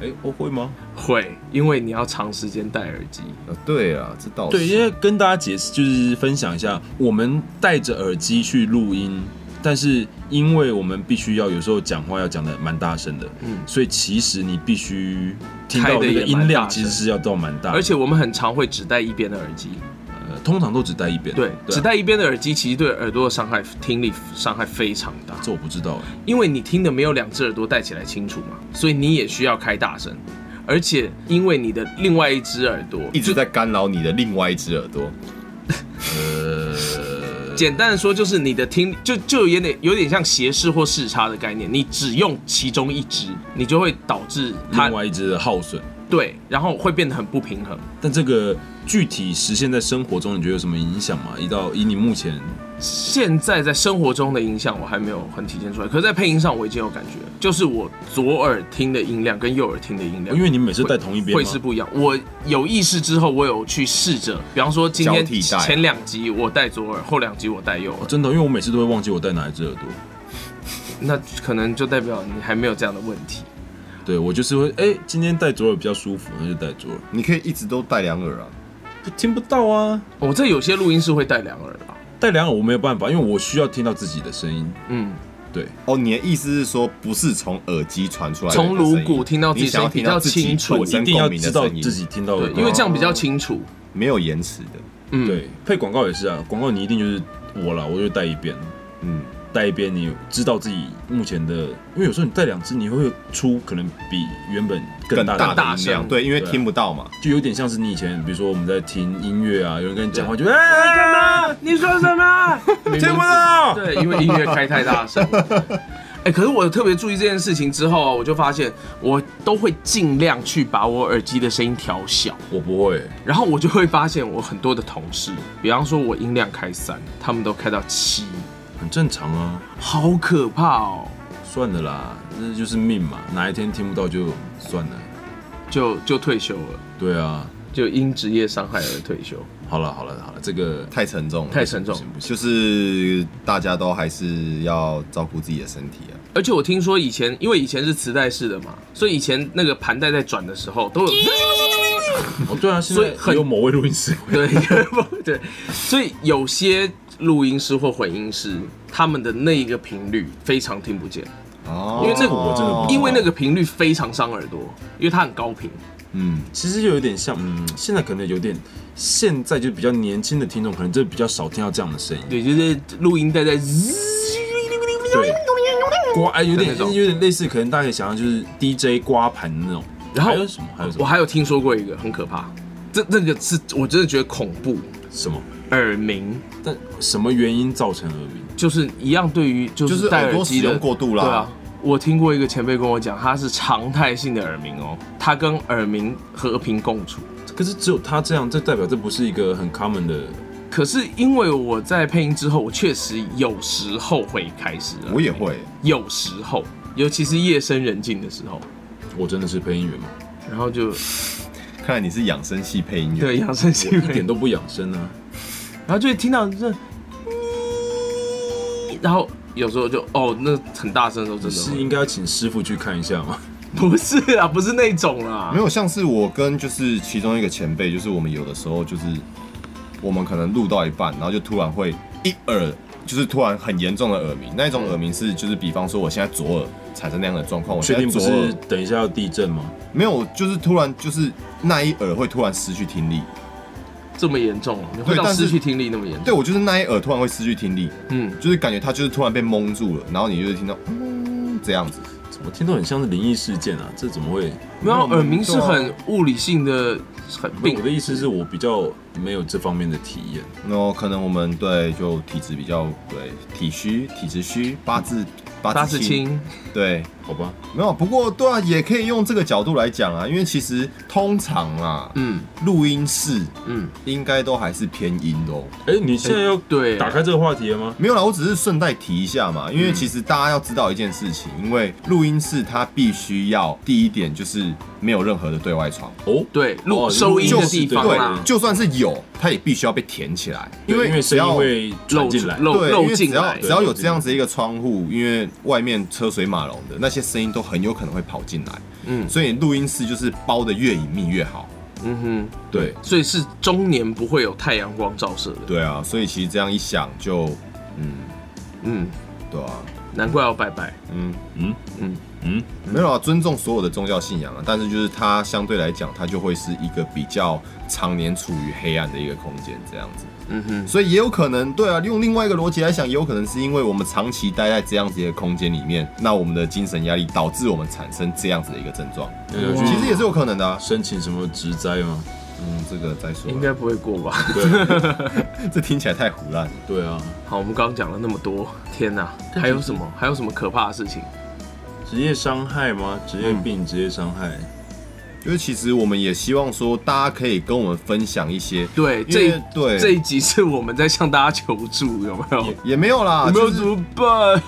哎、我会吗？
会，因为你要长时间戴耳机。
呃， 对啊，这倒
对，因
是。
为跟大家解释，就是分享一下，我们戴着耳机去录音，但是因为我们必须要有时候讲话要讲的蛮大声的，
嗯
所以其实你必须听
开
到
得
那
也
个
蛮
音量
大
其
声
实是要到蛮大的，
而且我们很常会只戴一边的耳机，
呃通常都只戴一边，
对，
啊
只戴一边的耳机其实对耳朵的伤害、听力伤害非常大，
这我不知道哎、
因为你听的没有两只耳朵戴起来清楚嘛，所以你也需要开大声，而且因为你的另外一只耳朵
一直在干扰你的另外一只耳朵，
简单的说，就是你的听就就有点有点像斜视或视差的概念，你只用其中一只，你就会导致它
另外一只的耗损，
对，然后会变得很不平衡。
但这个具体实现在生活中，你觉得有什么影响吗？以到以你目前
现在在生活中的影响我还没有很体现出来，可是在配音上我已经有感觉了，就是我左耳听的音量跟右耳听的音量，
因为你每次戴同一边
会
吗
是不一样。我有意识之后，我有去试着，比方说今天
交替戴
前两集我戴左耳，后两集我戴右耳，
真的，因为我每次都会忘记我戴哪一只耳朵。
那可能就代表你还没有这样的问题。
对我就是会，哎、今天戴左耳比较舒服，那就戴左耳。
你可以一直都戴两耳啊。
不听不到啊，
我、哦这有些录音是会戴两耳啦，
戴两耳我没有办法，因为我需要听到自己的声音。
嗯，
对，
哦，你的意思是说，不是从耳机传出来的声音，
从颅骨听到自己
你想要
声音
听
比较
到自己
清楚
本
一
身
定要
共鸣
知
的
道
声音，
自己听到的
对，
东西，
因为这样比较清楚。
没有延迟的。
嗯，，
对配广告也是啊，广告你一定就是我啦，我就戴一遍，
嗯，
戴一遍，你知道自己目前的，因为有时候你戴两只，你会出可能比原本更
更
大
大
的，
的
大
音
声
量，对，因为
对啊
听不到嘛。
就有点像是你以前，比如说我们在听音乐啊，有人跟你讲话，就哎干嘛？
你说什 么？
听不到，
对，因为音乐开太大声。哎、可是我特别注意这件事情之后啊，我就发现我都会尽量去把我耳机的声音调小，
我不会，
然后我就会发现我很多的同事，比方说我音量开三，他们都开到七，
很正常啊，
好可怕哦！
算了啦，那就是命嘛，哪一天听不到就算了。
就就退休了，
对啊，
就因职业伤害而退休，
好了好了好了，这个
太沉重了，
太沉重
不。行不行，
就是大家都还是要照顾自己的身体啊。
而且我听说以前，因为以前是磁带式的嘛，所以以前那个盘带在转的时候都有。
哦对啊，现在
所以很
也有某位录音师会
对 对，所以有些录音师或混音师，他们的那一个频率非常听不见，
哦
因为这个我真的不知道
因为那个频率非常伤耳朵，因为它很高频。
嗯，
其实就有点像，嗯，现在可能有点，现在就比较年轻的听众可能真的比较少听到这样的声音，
对，就是录音带在滋，
对，刮，哎，有点
那种
有点类似，可能大家可以想象就是 DJ 刮盘那种。
然后
还有什么？还有什
我
么？
还有听说过一个很可怕，这这个是我真的觉得恐怖，
什么？
耳鸣，
但什么原因造成耳鸣？
就是一样对于就
就是
是戴
耳朵
耳
使
机的
用过度啦
对啊。我听过一个前辈跟我讲，他是常态性的耳鸣哦，他跟耳鸣和平共处。
可是只有他这样，这代表这不是一个很 common 的。
可是因为我在配音之后，我确实有时候会开始耳鸣，
我也会，
有时候，尤其是夜深人静的时候，
我真的是配音员吗？
然后 就
看来你是养生系配音员。
对养生习
一点
惯，
都不养生啊！
然后就会听到这，然后有时候就哦，那很大声的时候真的
是
会
应该要请师傅去看一下 吗？
不是啊，不是那种啦
没，有，像是我跟就是其中一个前辈，就是我们有的时候就是我们可能录到一半，然后就突然会一耳，就是突然很严重的耳鸣，那一种耳鸣是就是比方说我现在左耳产生那样的状况，我
确
现在
定不
左
是
耳
等一下要地震吗？
没有，就是突然就是那一耳会突然失去听力，
这么严重啊，你会
对
到
但是
失去听力那么严重？
对我就是那一耳突然会失去听力，
嗯，
就是感觉它就是突然被蒙住了，然后你就会听到嗯这样子，
怎么听到很像是灵异事件啊？这怎么会？
没有耳鸣是
对啊
很物理性的很
啊
不是
病
我的，意思是我比较没有这方面的体验。
然后可能我们对就体质比较对体虚体质虚八字
八
八
字
字
轻，
对。
好吧，
没有，不过对啊，也可以用这个角度来讲啊，因为其实通常啊，
嗯
录音室
嗯，
应该都还是偏阴的哦。
哎、你现在要
对
打开这个话题了吗？
没有啦，我只是顺带提一下嘛，因为其实大家要知道一件事情，因为录音室它必须要第一点就是没有任何的对外窗，
哦，
对，录
哦
收音的地方
对
啦
对，，就算是有，它也必须要被填起来，
对因
为
为
只
声音
要
会
漏
传进来。
漏
对，因
漏
为
进
只要
来
只，要有这样子一个窗户，因为外面车水马龙的那些声音都很有可能会跑进来，
嗯
所以录音室就是包的越隐秘越好。
嗯
对，
哼，所以是中年不会有太阳光照射的，
对啊，所以其实这样一想就，嗯，
嗯，
对啊，
难怪要拜拜，
嗯，
嗯
嗯
嗯，
没有啊，尊重所有的宗教信仰啊，但是就是它相对来讲，它就会是一个比较常年处于黑暗的一个空间这样子，
嗯哼，
所以也有可能，对啊，用另外一个逻辑来想，也有可能是因为我们长期待在这样子的空间里面，那我们的精神压力导致我们产生这样子的一个症状，
那
嗯
要
其
去
实也是有可能的、啊，
申请什么职灾 吗？
嗯，这个再说
应
了，
该不会过吧？
对啊，
这听起来太胡乱了，
对啊，
好，我们刚刚讲了那么多，天哪，还有什么？还有什么可怕的事情？
职业伤害吗？职业病、职业伤害，
就是其实我们也希望说，大家可以跟我们分享一些。
对，
因
这
为
一
对
这一集是我们在向大家求助，有没有？
也没有啦，
有没有
啊就是
怎么办？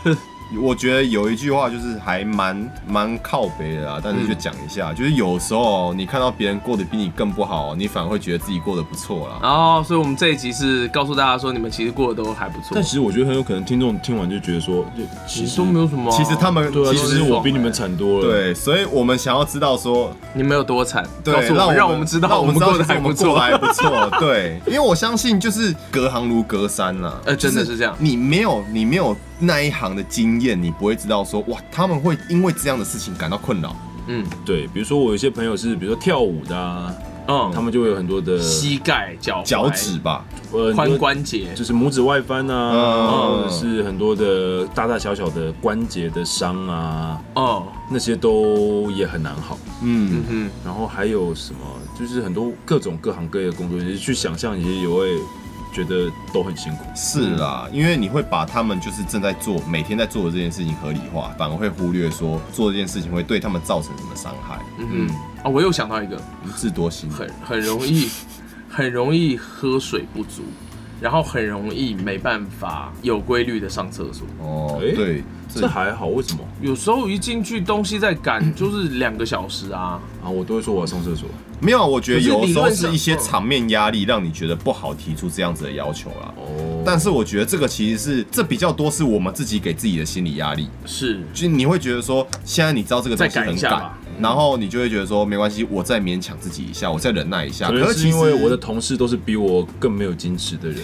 我觉得有一句话就是还蛮蛮靠北的啦，但
嗯
是就讲一下，就是有时候你看到别人过得比你更不好，你反而会觉得自己过得不错啦。
然后，所以我们这一集是告诉大家说，你们其实过得都还不错
但，其实我觉得很有可能听众听完就觉得说，就
其
其
实
实
都没有什么啊。
其实他们
对啊，
其
其实
实
我比你们惨多了。，
对，所以我们想要知道说，
你们有多惨，
对
告，诉我
让
们，让我们知道
让
我
我
们
知
过得
其实
还
我
不
们过得
错。
还不错。对，因为我相信就是隔行如隔山啦。
呃
就
真的是这样
你没有你没有那一行的经验，你不会知道说哇，他们会因为这样的事情感到困扰。
嗯
对，比如说我有一些朋友是，比如说跳舞的啊，
嗯，
他们就会有很多的
膝盖、脚踝
脚趾、吧，
呃
髋关节，
就是拇指外翻啊，
嗯
或者是很多的大大小小的关节的伤啊，
哦，
那些都也很难好。
嗯
嗯哼，
然后还有什么，就是很多各种各行各业的工作，其实去想象，其实也会觉得都很辛苦。
是啦，因为你会把他们就是正在做、每天在做的这件事情合理化，反而会忽略说做这件事情会对他们造成什么伤害。
嗯哼，啊，我又想到一个，
智多星
很很容易， 很容易喝水不足，然后很容易没办法有规律的上厕所。
哦，
哎
诶
对，
这还好，为什么
有时候一进去东西在 赶，就是两个小时啊。
啊？我都会说我要上厕所，
没有，我觉得有时候
可是理论上
是一些场面压力让你觉得不好提出这样子的要求啦。
哦，
但是我觉得这个其实是这比较多是我们自己给自己的心理压力，
是，
就你会觉得说现在你知道这个东西
再赶一
很
下
赶
吧，
然后你就会觉得说没关系，我再勉强自己一下，我再忍耐一下。
可
可
能
是
是
其实
因为我的同事都是比我更没有矜持的人。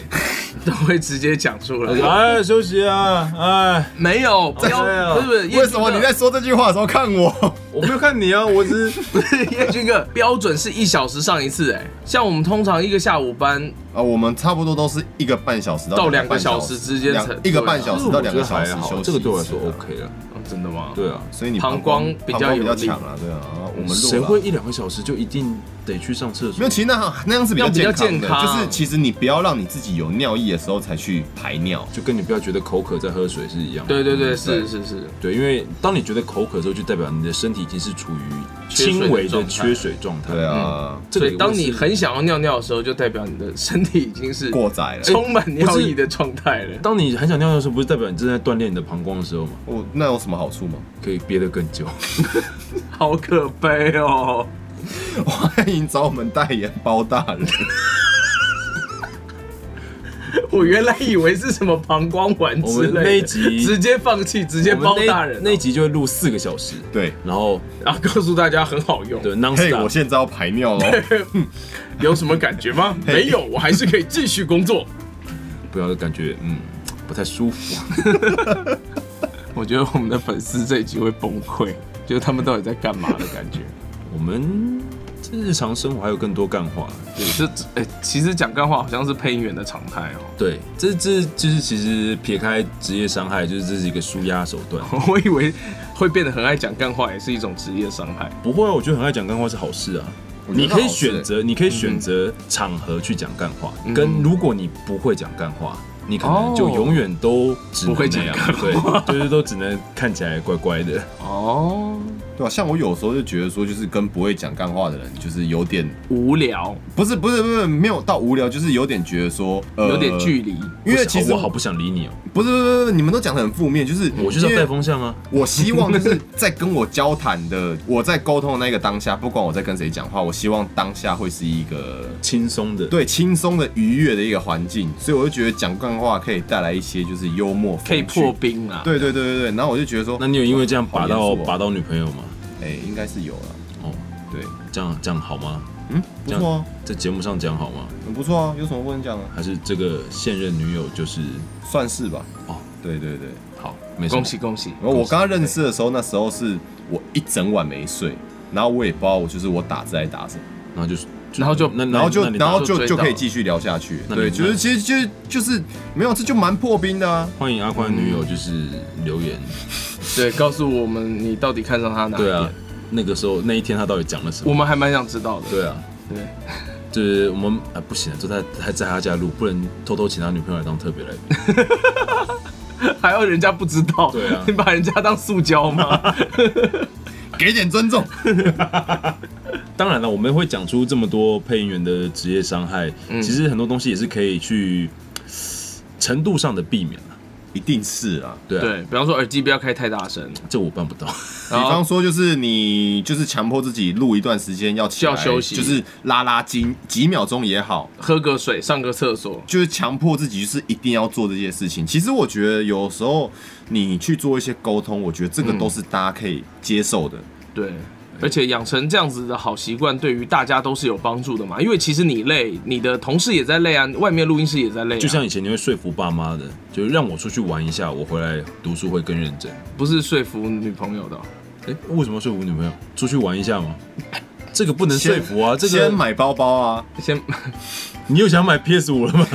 都会直接讲出 来。
哎，休息啊，哎，
没有，不
哎
要，
呀
不是不是，
为什么
叶君哥
你 在说这句话的时候看我？我没有看你啊，我只是
叶军哥标准是一小时上一次，哎，像我们通常一个下午班
啊，我们差不多都是一个半小时
到
两
两个
半
小
小
时之间
两
才
一个半
对啊
小时到两个小时
这个我觉得还好
休息一次啊。
这个对我来说 OK 了。
哦真的吗？
对啊，
所以你
膀
胱
胱比较
膀胱比
有
较
力
强啊，对啊，啊我们录了
谁会一两个小时就一定得去上厕所？
没有，其实那那样是比较
那比较
健康
健
的，
康
就是其实你不要让你自己有尿意的时候才去排尿。
就跟你不要觉得口渴再喝水是一样的。
对对对，是是是，
嗯对，因为当你觉得口渴的时候，就代表你的身体已经是处于
缺水的
轻微的
状态
缺水状态。嗯
对，啊，
这
所
个
以当
也
你
是
很想要尿尿的时候，就代表你的身体已经是
过载了。
哎
哎
充满尿意的状态了。
当你很想尿尿的时候，不是代表你正在锻炼你的膀胱的时候吗？
我那有什么好处吗？
可以憋得更 久。
好可悲哦！
欢迎找我们代言包大人。
我原来以为是什么膀胱丸之类的，
我们那一集
直接放弃，直接包大人
我
哦
们那那一集就会录四个小时，
对，
然后
然后告诉大家很好用，
对 non
嘿，我
stop，
现在要排尿喽。
有什么感觉 吗？没有，我还是可以继续工作。
不要感觉嗯不太舒服。
我觉得我们的粉丝这一集会崩溃， 就是他们到底在干嘛的感觉。
我们这日常生活还有更多干话。
对，这哎、其实讲干话好像是配音员的常态哦。
对，这这就是其实撇开职业伤害，就是这是一个舒压手 段。
我以为会变得很爱讲干话，也是一种职业伤害。
不会啊，我觉得很爱讲干话是好事啊。
我觉得
你可以
好事嗯
选择，你可以选择场合去讲干话，
嗯
跟如果你不会讲干话，你可能
哦
就永远都只能
不会
那
讲
样
干，话
对，就是都只能看起来怪怪的。
哦，
对吧、像我有时候就觉得说，就是跟不会讲干话的人，就是有点
无聊，
不是不是不是没有到无聊，就是有点觉得说，呃
有点距离。
因为
我想
其实
我好不想理你哦，
不是不是不是不是，你们都讲的很负面，就是
我就是要带
因为
风向啊。
我希望就是在跟我交谈的，我在沟通的那个当下，不管我在跟谁讲话，我希望当下会是一个
轻松的，
对轻松的、愉悦的一个环境，所以我就觉得讲干话可以带来一些就是幽默，
可以
风趣
破。冰啊！
对对对对对，然后我就觉得说，
那你有因为这样
好严
拔
肃
到
哦
拔到女朋友吗？
哎、应该是有了，
哦，
对，
这样这样好吗？
嗯，不
这样
错啊，
在节目上讲好吗？
很不错啊，有什么不能讲啊？
还是这个现任女友就是
算是吧。
哦，
对对对，
好，没什么
恭喜恭喜！
然后我刚刚认识的时候，那时候是我一整晚没睡，然后我也不知道我就是我打字在打什么，
然后就
然后就
那那
然后
那
就
你
然后
就
就
追
就
到
可以
了
继续聊下去。
那
对，
你
就是其实就是就是没有，这就蛮破冰的 啊。
欢迎阿宽的女友就是留言，
对，告诉我们你到底看上他哪一
对
点？
啊，那个时候那一天他到底讲了什
嗯我
么？
们还蛮想知道的。
对啊，
对，
就是我们啊不行啊，都在还在他家录，不能偷偷请他女朋友来当特别来 宾。
还要人家不知道，
对啊
你把人家当塑胶吗？
给点尊重，
当然了，我们会讲出这么多配音员的职业伤害，
嗯
其实很多东西也是可以去嘶程度上的避免啊
一定是啊。
对 啊，
对，啊比方说耳机不要开太大声，
这我办不到。
比
然
方
后
说，就是你就是强迫自己录一段时间要起
就要
来
休息
就是拉拉筋几秒钟也好，
喝个水，上个厕所，
就是强迫自己就是一定要做这些事情。其实我觉得有时候你去做一些沟通，我觉得这
嗯
个都是大家可以接受的。
对。而且养成这样子的好习惯，对于大家都是有帮助的嘛。因为其实你累，你的同事也在累啊，外面录音室也在累、啊。
就像以前你会说服爸妈的，就是让我出去玩一下，我回来读书会更认真。
不是说服女朋友的哦、
哎、为什么要说服女朋友出去玩一下吗？这个不能说服啊！这
先
个哎
买包包啊，
先
你又想买 PS 五了吗？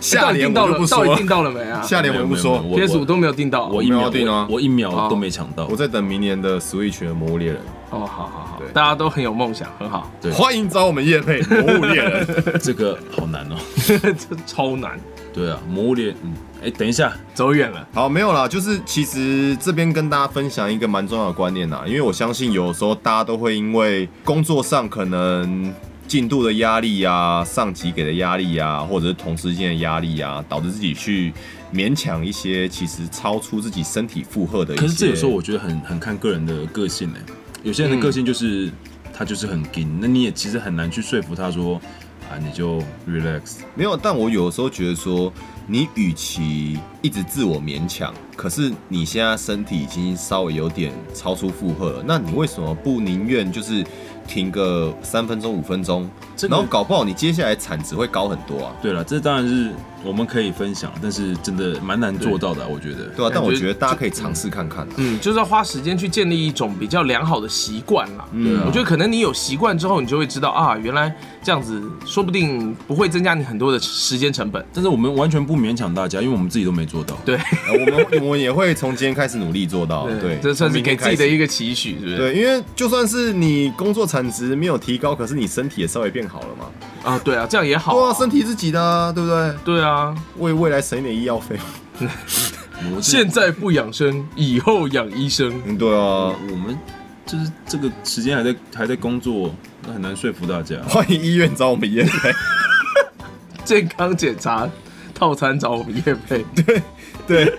下
到底
联
订到
我就
了
不，
到
说
底
了
订。到了没 啊
下联我就不
没有没有没
说，
有
？PS 五都没有订到。
我一
没
秒
有订啊
我我一秒
哦
都没抢到
我。在等明年的 Switch 的《魔物猎人
哦，好好好
对，
大家都很有梦想，很 好。
对》，
欢迎找我们叶配《魔物猎 人》。
这个好难 哦。
这超难，
对啊，魔物猎，嗯，哎、等一下，
走远了。
好，没有啦，就是其实这边跟大家分享一个蛮重要的观念啦，啊因为我相信有时候大家都会因为工作上可能进度的压力啊、上级给的压力啊，或者是同事间的压力啊，导致自己去勉强一些其实超出自己身体负荷的一些。
可是这有时候我觉得很很看个人的个性哎、有些人的个性就是、他就是很硬，那你也其实很难去说服他说啊，你就 relax。
没有，但我有时候觉得说，你与其一直自我勉强，可是你现在身体已经稍微有点超出负荷了，那你为什么不宁愿就是停个三分钟五分钟，
这个
然后搞不好你接下来产值会高很多啊，
对了，这当然是我们可以分享，但是真的蛮难做到的啊、我觉得。
对啊，
感
但我
觉
觉得大家可以尝试看看啊。
嗯，就是要花时间去建立一种比较良好的习惯啦。
嗯
对啊
我觉得可能你有习惯之后，你就会知道啊，原来这样子说不定不会增加你很多的时间成本。
但是我们完全不勉强大家，因为我们自己都没做到。
对，
呃我们我们也会从今天开始努力做到，对，
这算是给自己的
一
一个期许，是不是？
对，因为就算是你工作产值没有提高，可是你身体也稍微变好了嘛，
啊，对啊，这样也好、
对啊，身体自己的啊，对不对？
对啊，
为未来省一点医药费，
我是
现在不养生，以后养医生。
嗯，对啊，
呃我们就是这个时间还在还在工作，那很难说服大家。
欢迎医院找我们医院 来，
健康检查套餐找我们叶配，
对，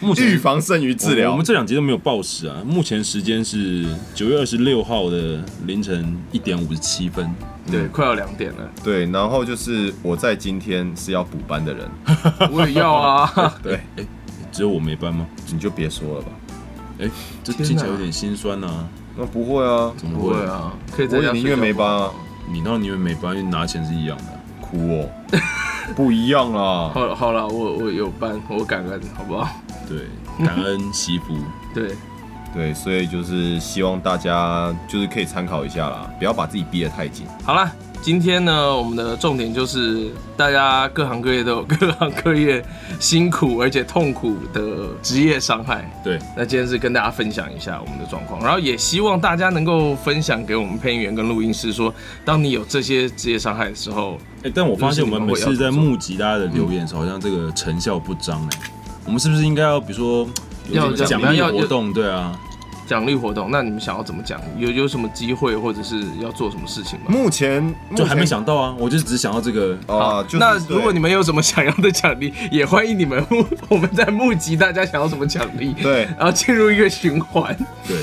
目前
预防胜于治疗，
我们这两集都没有报时啊。目前时间是九月二十六号的凌晨一点五十七分。
对，快要两点了，
对，然后就是我在今天是要补班 的人，
我也要啊。
对，
只有我没班吗？
你就别说了吧。
哎、这
天哪
听起来有点心酸呐、啊。
那不会啊，
怎么
不
会？
会啊，可以在
我
家
也
睡
宁愿
觉
没班
吗。
啊，
你到你们没班，因为拿钱是一样的啊。
哭哦， 不一样啊啦。
好了好了，我我有班，我感恩，好不好？
对，感恩惜福。
对，
对，所以就是希望大家就是可以参考一下啦，不要把自己逼得太紧。
好啦，今天呢，我们的重点就是大家各行各业都有各行各业辛苦而且痛苦的职业伤害。
对，
那今天是跟大家分享一下我们的状况，然后也希望大家能够分享给我们配音员跟录音师说，当你有这些职业伤害的时候，
哎、但我发现我们每次在募集大家的
么
留言的时候，好像这个成效不彰哎、我们是不是应该要，比如说
要
有点奖
要
励
要
活动？对啊，
奖励活动，那你们想要怎么奖？有有什么机会或者是要做什么事情吗？
目前
就还没想到啊，我就只想到这个。
啊，就是
那
对
如果你们有什么想要的奖励，也欢迎你们我们在募集大家想要什么奖励，
对
然后进入一个循环，
对，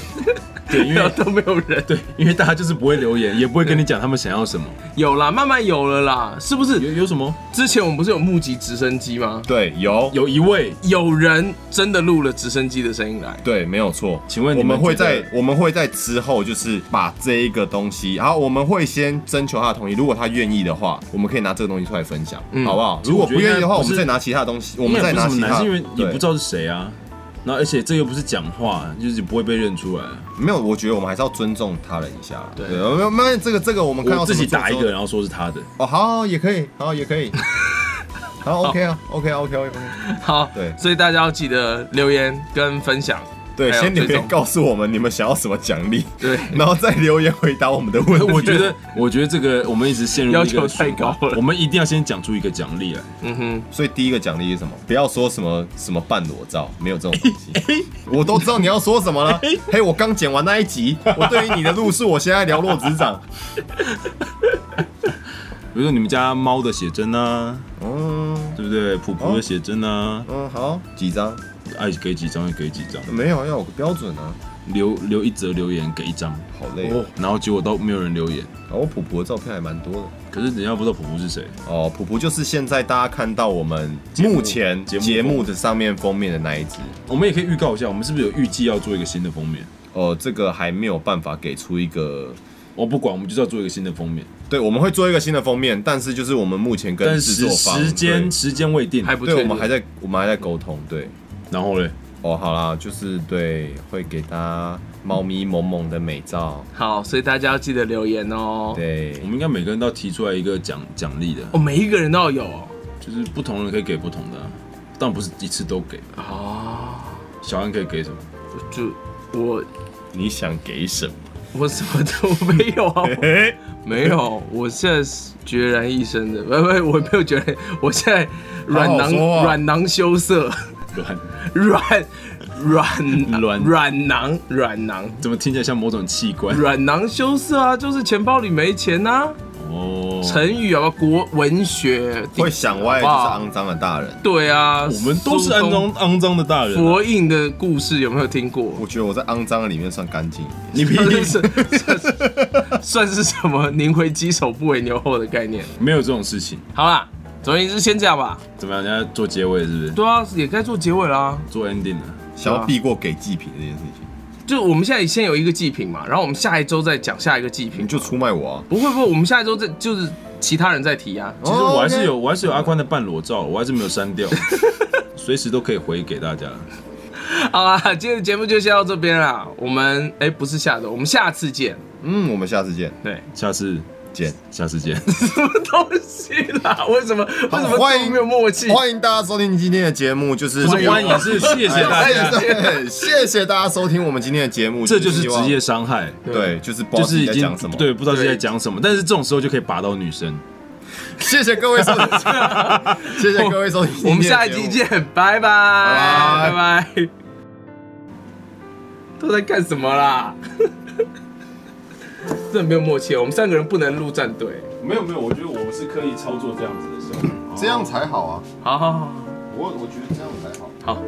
对，因
然后
为
都没有人。
对，因为大家就是不会留言，也不会跟你讲他们想要什么。
有啦，慢慢有了啦，是不
有
是？
有什么？
之前我们不是有募集直升机吗？
对有
有一位
有人真的录了直升机的声音来，
对，没有错。
请问你
我
们
们会
觉得
在我们会在之后，就是把这一个东西，然后我们会先征求他的同意，如果他愿意的话，我们可以拿这个东西出来分享，好不好？
其实
如果
我觉
不
得
愿意的话，
应该
嗯我
不是
们再拿其他东西，我
应
们再
该也不
拿
是什
其
么难，
他。
是因为也
对
不知道是谁啊。然后而且这又不是讲话，就是不会被认出来。
没有，我觉得我们还是要尊重他人一下啦。
对
对，没有没有，这个这个我们看到
我自己
什么
打一
做
个，然后说是他的。
哦，好也可以，好也可以， 好 OK 啊，OK 啊，OK 啊 OK 啊。
好，
对
所以大家要记得留言跟分享，
对，
还有
先留
追
言
踪
告诉我们你们想要什么奖励，
对，
然后再留言回答我们的问题。
我觉得，我觉得这个我们一直陷入
要
一个
求太
循环
高了
我们一定要先讲出一个奖励来。
嗯哼，
所以第一个奖励是什么？不要说什么什么半裸照，没有这种东
哎
西。我都知道你要说什么了。嘿，我刚剪完那一集，我对于你的路数，我现在了若指 掌。
比如说你们家猫的写真啊，
嗯
对不对？普普的写真啊，
嗯，好，几张？
爱给几张就给几张，
没有，要有个标准啊。
留留一则留言给一张，
好累哦。
然后结果都没有人留言。
然后哦普普的照片还蛮多的。
可是人家不知道普普是谁，
哦，普普就是现在大家看到我们
目
目前
节目
节目的上面封面的那一只。
我们也可以预告一下，我们是不是有预计要做一个新的封面？
哦，这个还没有办法给出一个。
我不管，我们就是要做一个新的封面，
对，我们会做一个新的封面，但是就是我们目前跟
但
制
时
作方
时间时间未定。
还不
对，
错，
对我们还在我们还在沟通，对。
然后嘞，
哦，好啦，就是对，会给他猫咪萌萌的美照，
好，所以大家要记得留言哦。
对
我，们应该每个人都要提出来一个奖奖励的，
哦，每一个人都要有哦
就是不同人可以给不同的、啊，但不是一次都给。
哦，
小安可以给什么？
就我
你想给什么？
我什么都没有 啊，
哎、
我没有，我现在是孑然一身的，不不，我没有觉得，我现在软
好好
囊
说话
软囊羞涩，
软
软
软
软软囊软囊
怎么听起来像某种器官？
软囊羞涩啊，就是钱包里没钱呐。
哦，
成语啊，国文学
会想歪的就是
好不好
肮脏的大人。
对啊，
我们都是肮脏肮脏的大人啊、
佛印的故事有没有听 过？
我觉得我在肮脏的里面算干净一点。
你
算
定
是算算是什么宁为鸡首不为牛后的概念？
没有这种事情。
好啦，总而言之先这样吧。
怎么样？人家做结尾是不是？
对啊，也该做结尾啦。
做 ending 了。
想要避过给祭品这件事情，
就我们现在先有一个祭品嘛，然后我们下一周再讲下一个祭品
你。就出卖我啊！
不会不会，我们下一周再就是其他人再提啊。
其实我还是有，
哦
我还是有阿宽的半裸照，我还是没有删掉，随时都可以回给大家。
好啦，今天的节目就先到这边啦。我们哎、不是下周，我们下次见。
，OK 嗯，我们下次见，
对，
下次，
见。
下 次见。
什么东西啦？为什么为什么这
欢
么
迎
没有默契？
欢迎大家收听今天的节目，就是哎
不是欢迎，是 谢谢大家，
对，谢谢大家收听我们今天的节目，
这就是
希望
职业，伤害，
对，就是不知道
就
自
是
己
已
在
经
讲什么，
对，不知道自己在讲什么，但是这种时候就可以拔到女生。
谢谢各位收听，谢谢各位收听今天的节 目，
我们下一集见，拜拜
拜
拜拜。都在干什么啦？ 真的没有默契，哦我们三个人不能录战队。
没有没有，我觉得我是刻意操作这样子的效果。
这样才好啊，
好好好
我我觉得这样才好。
好，好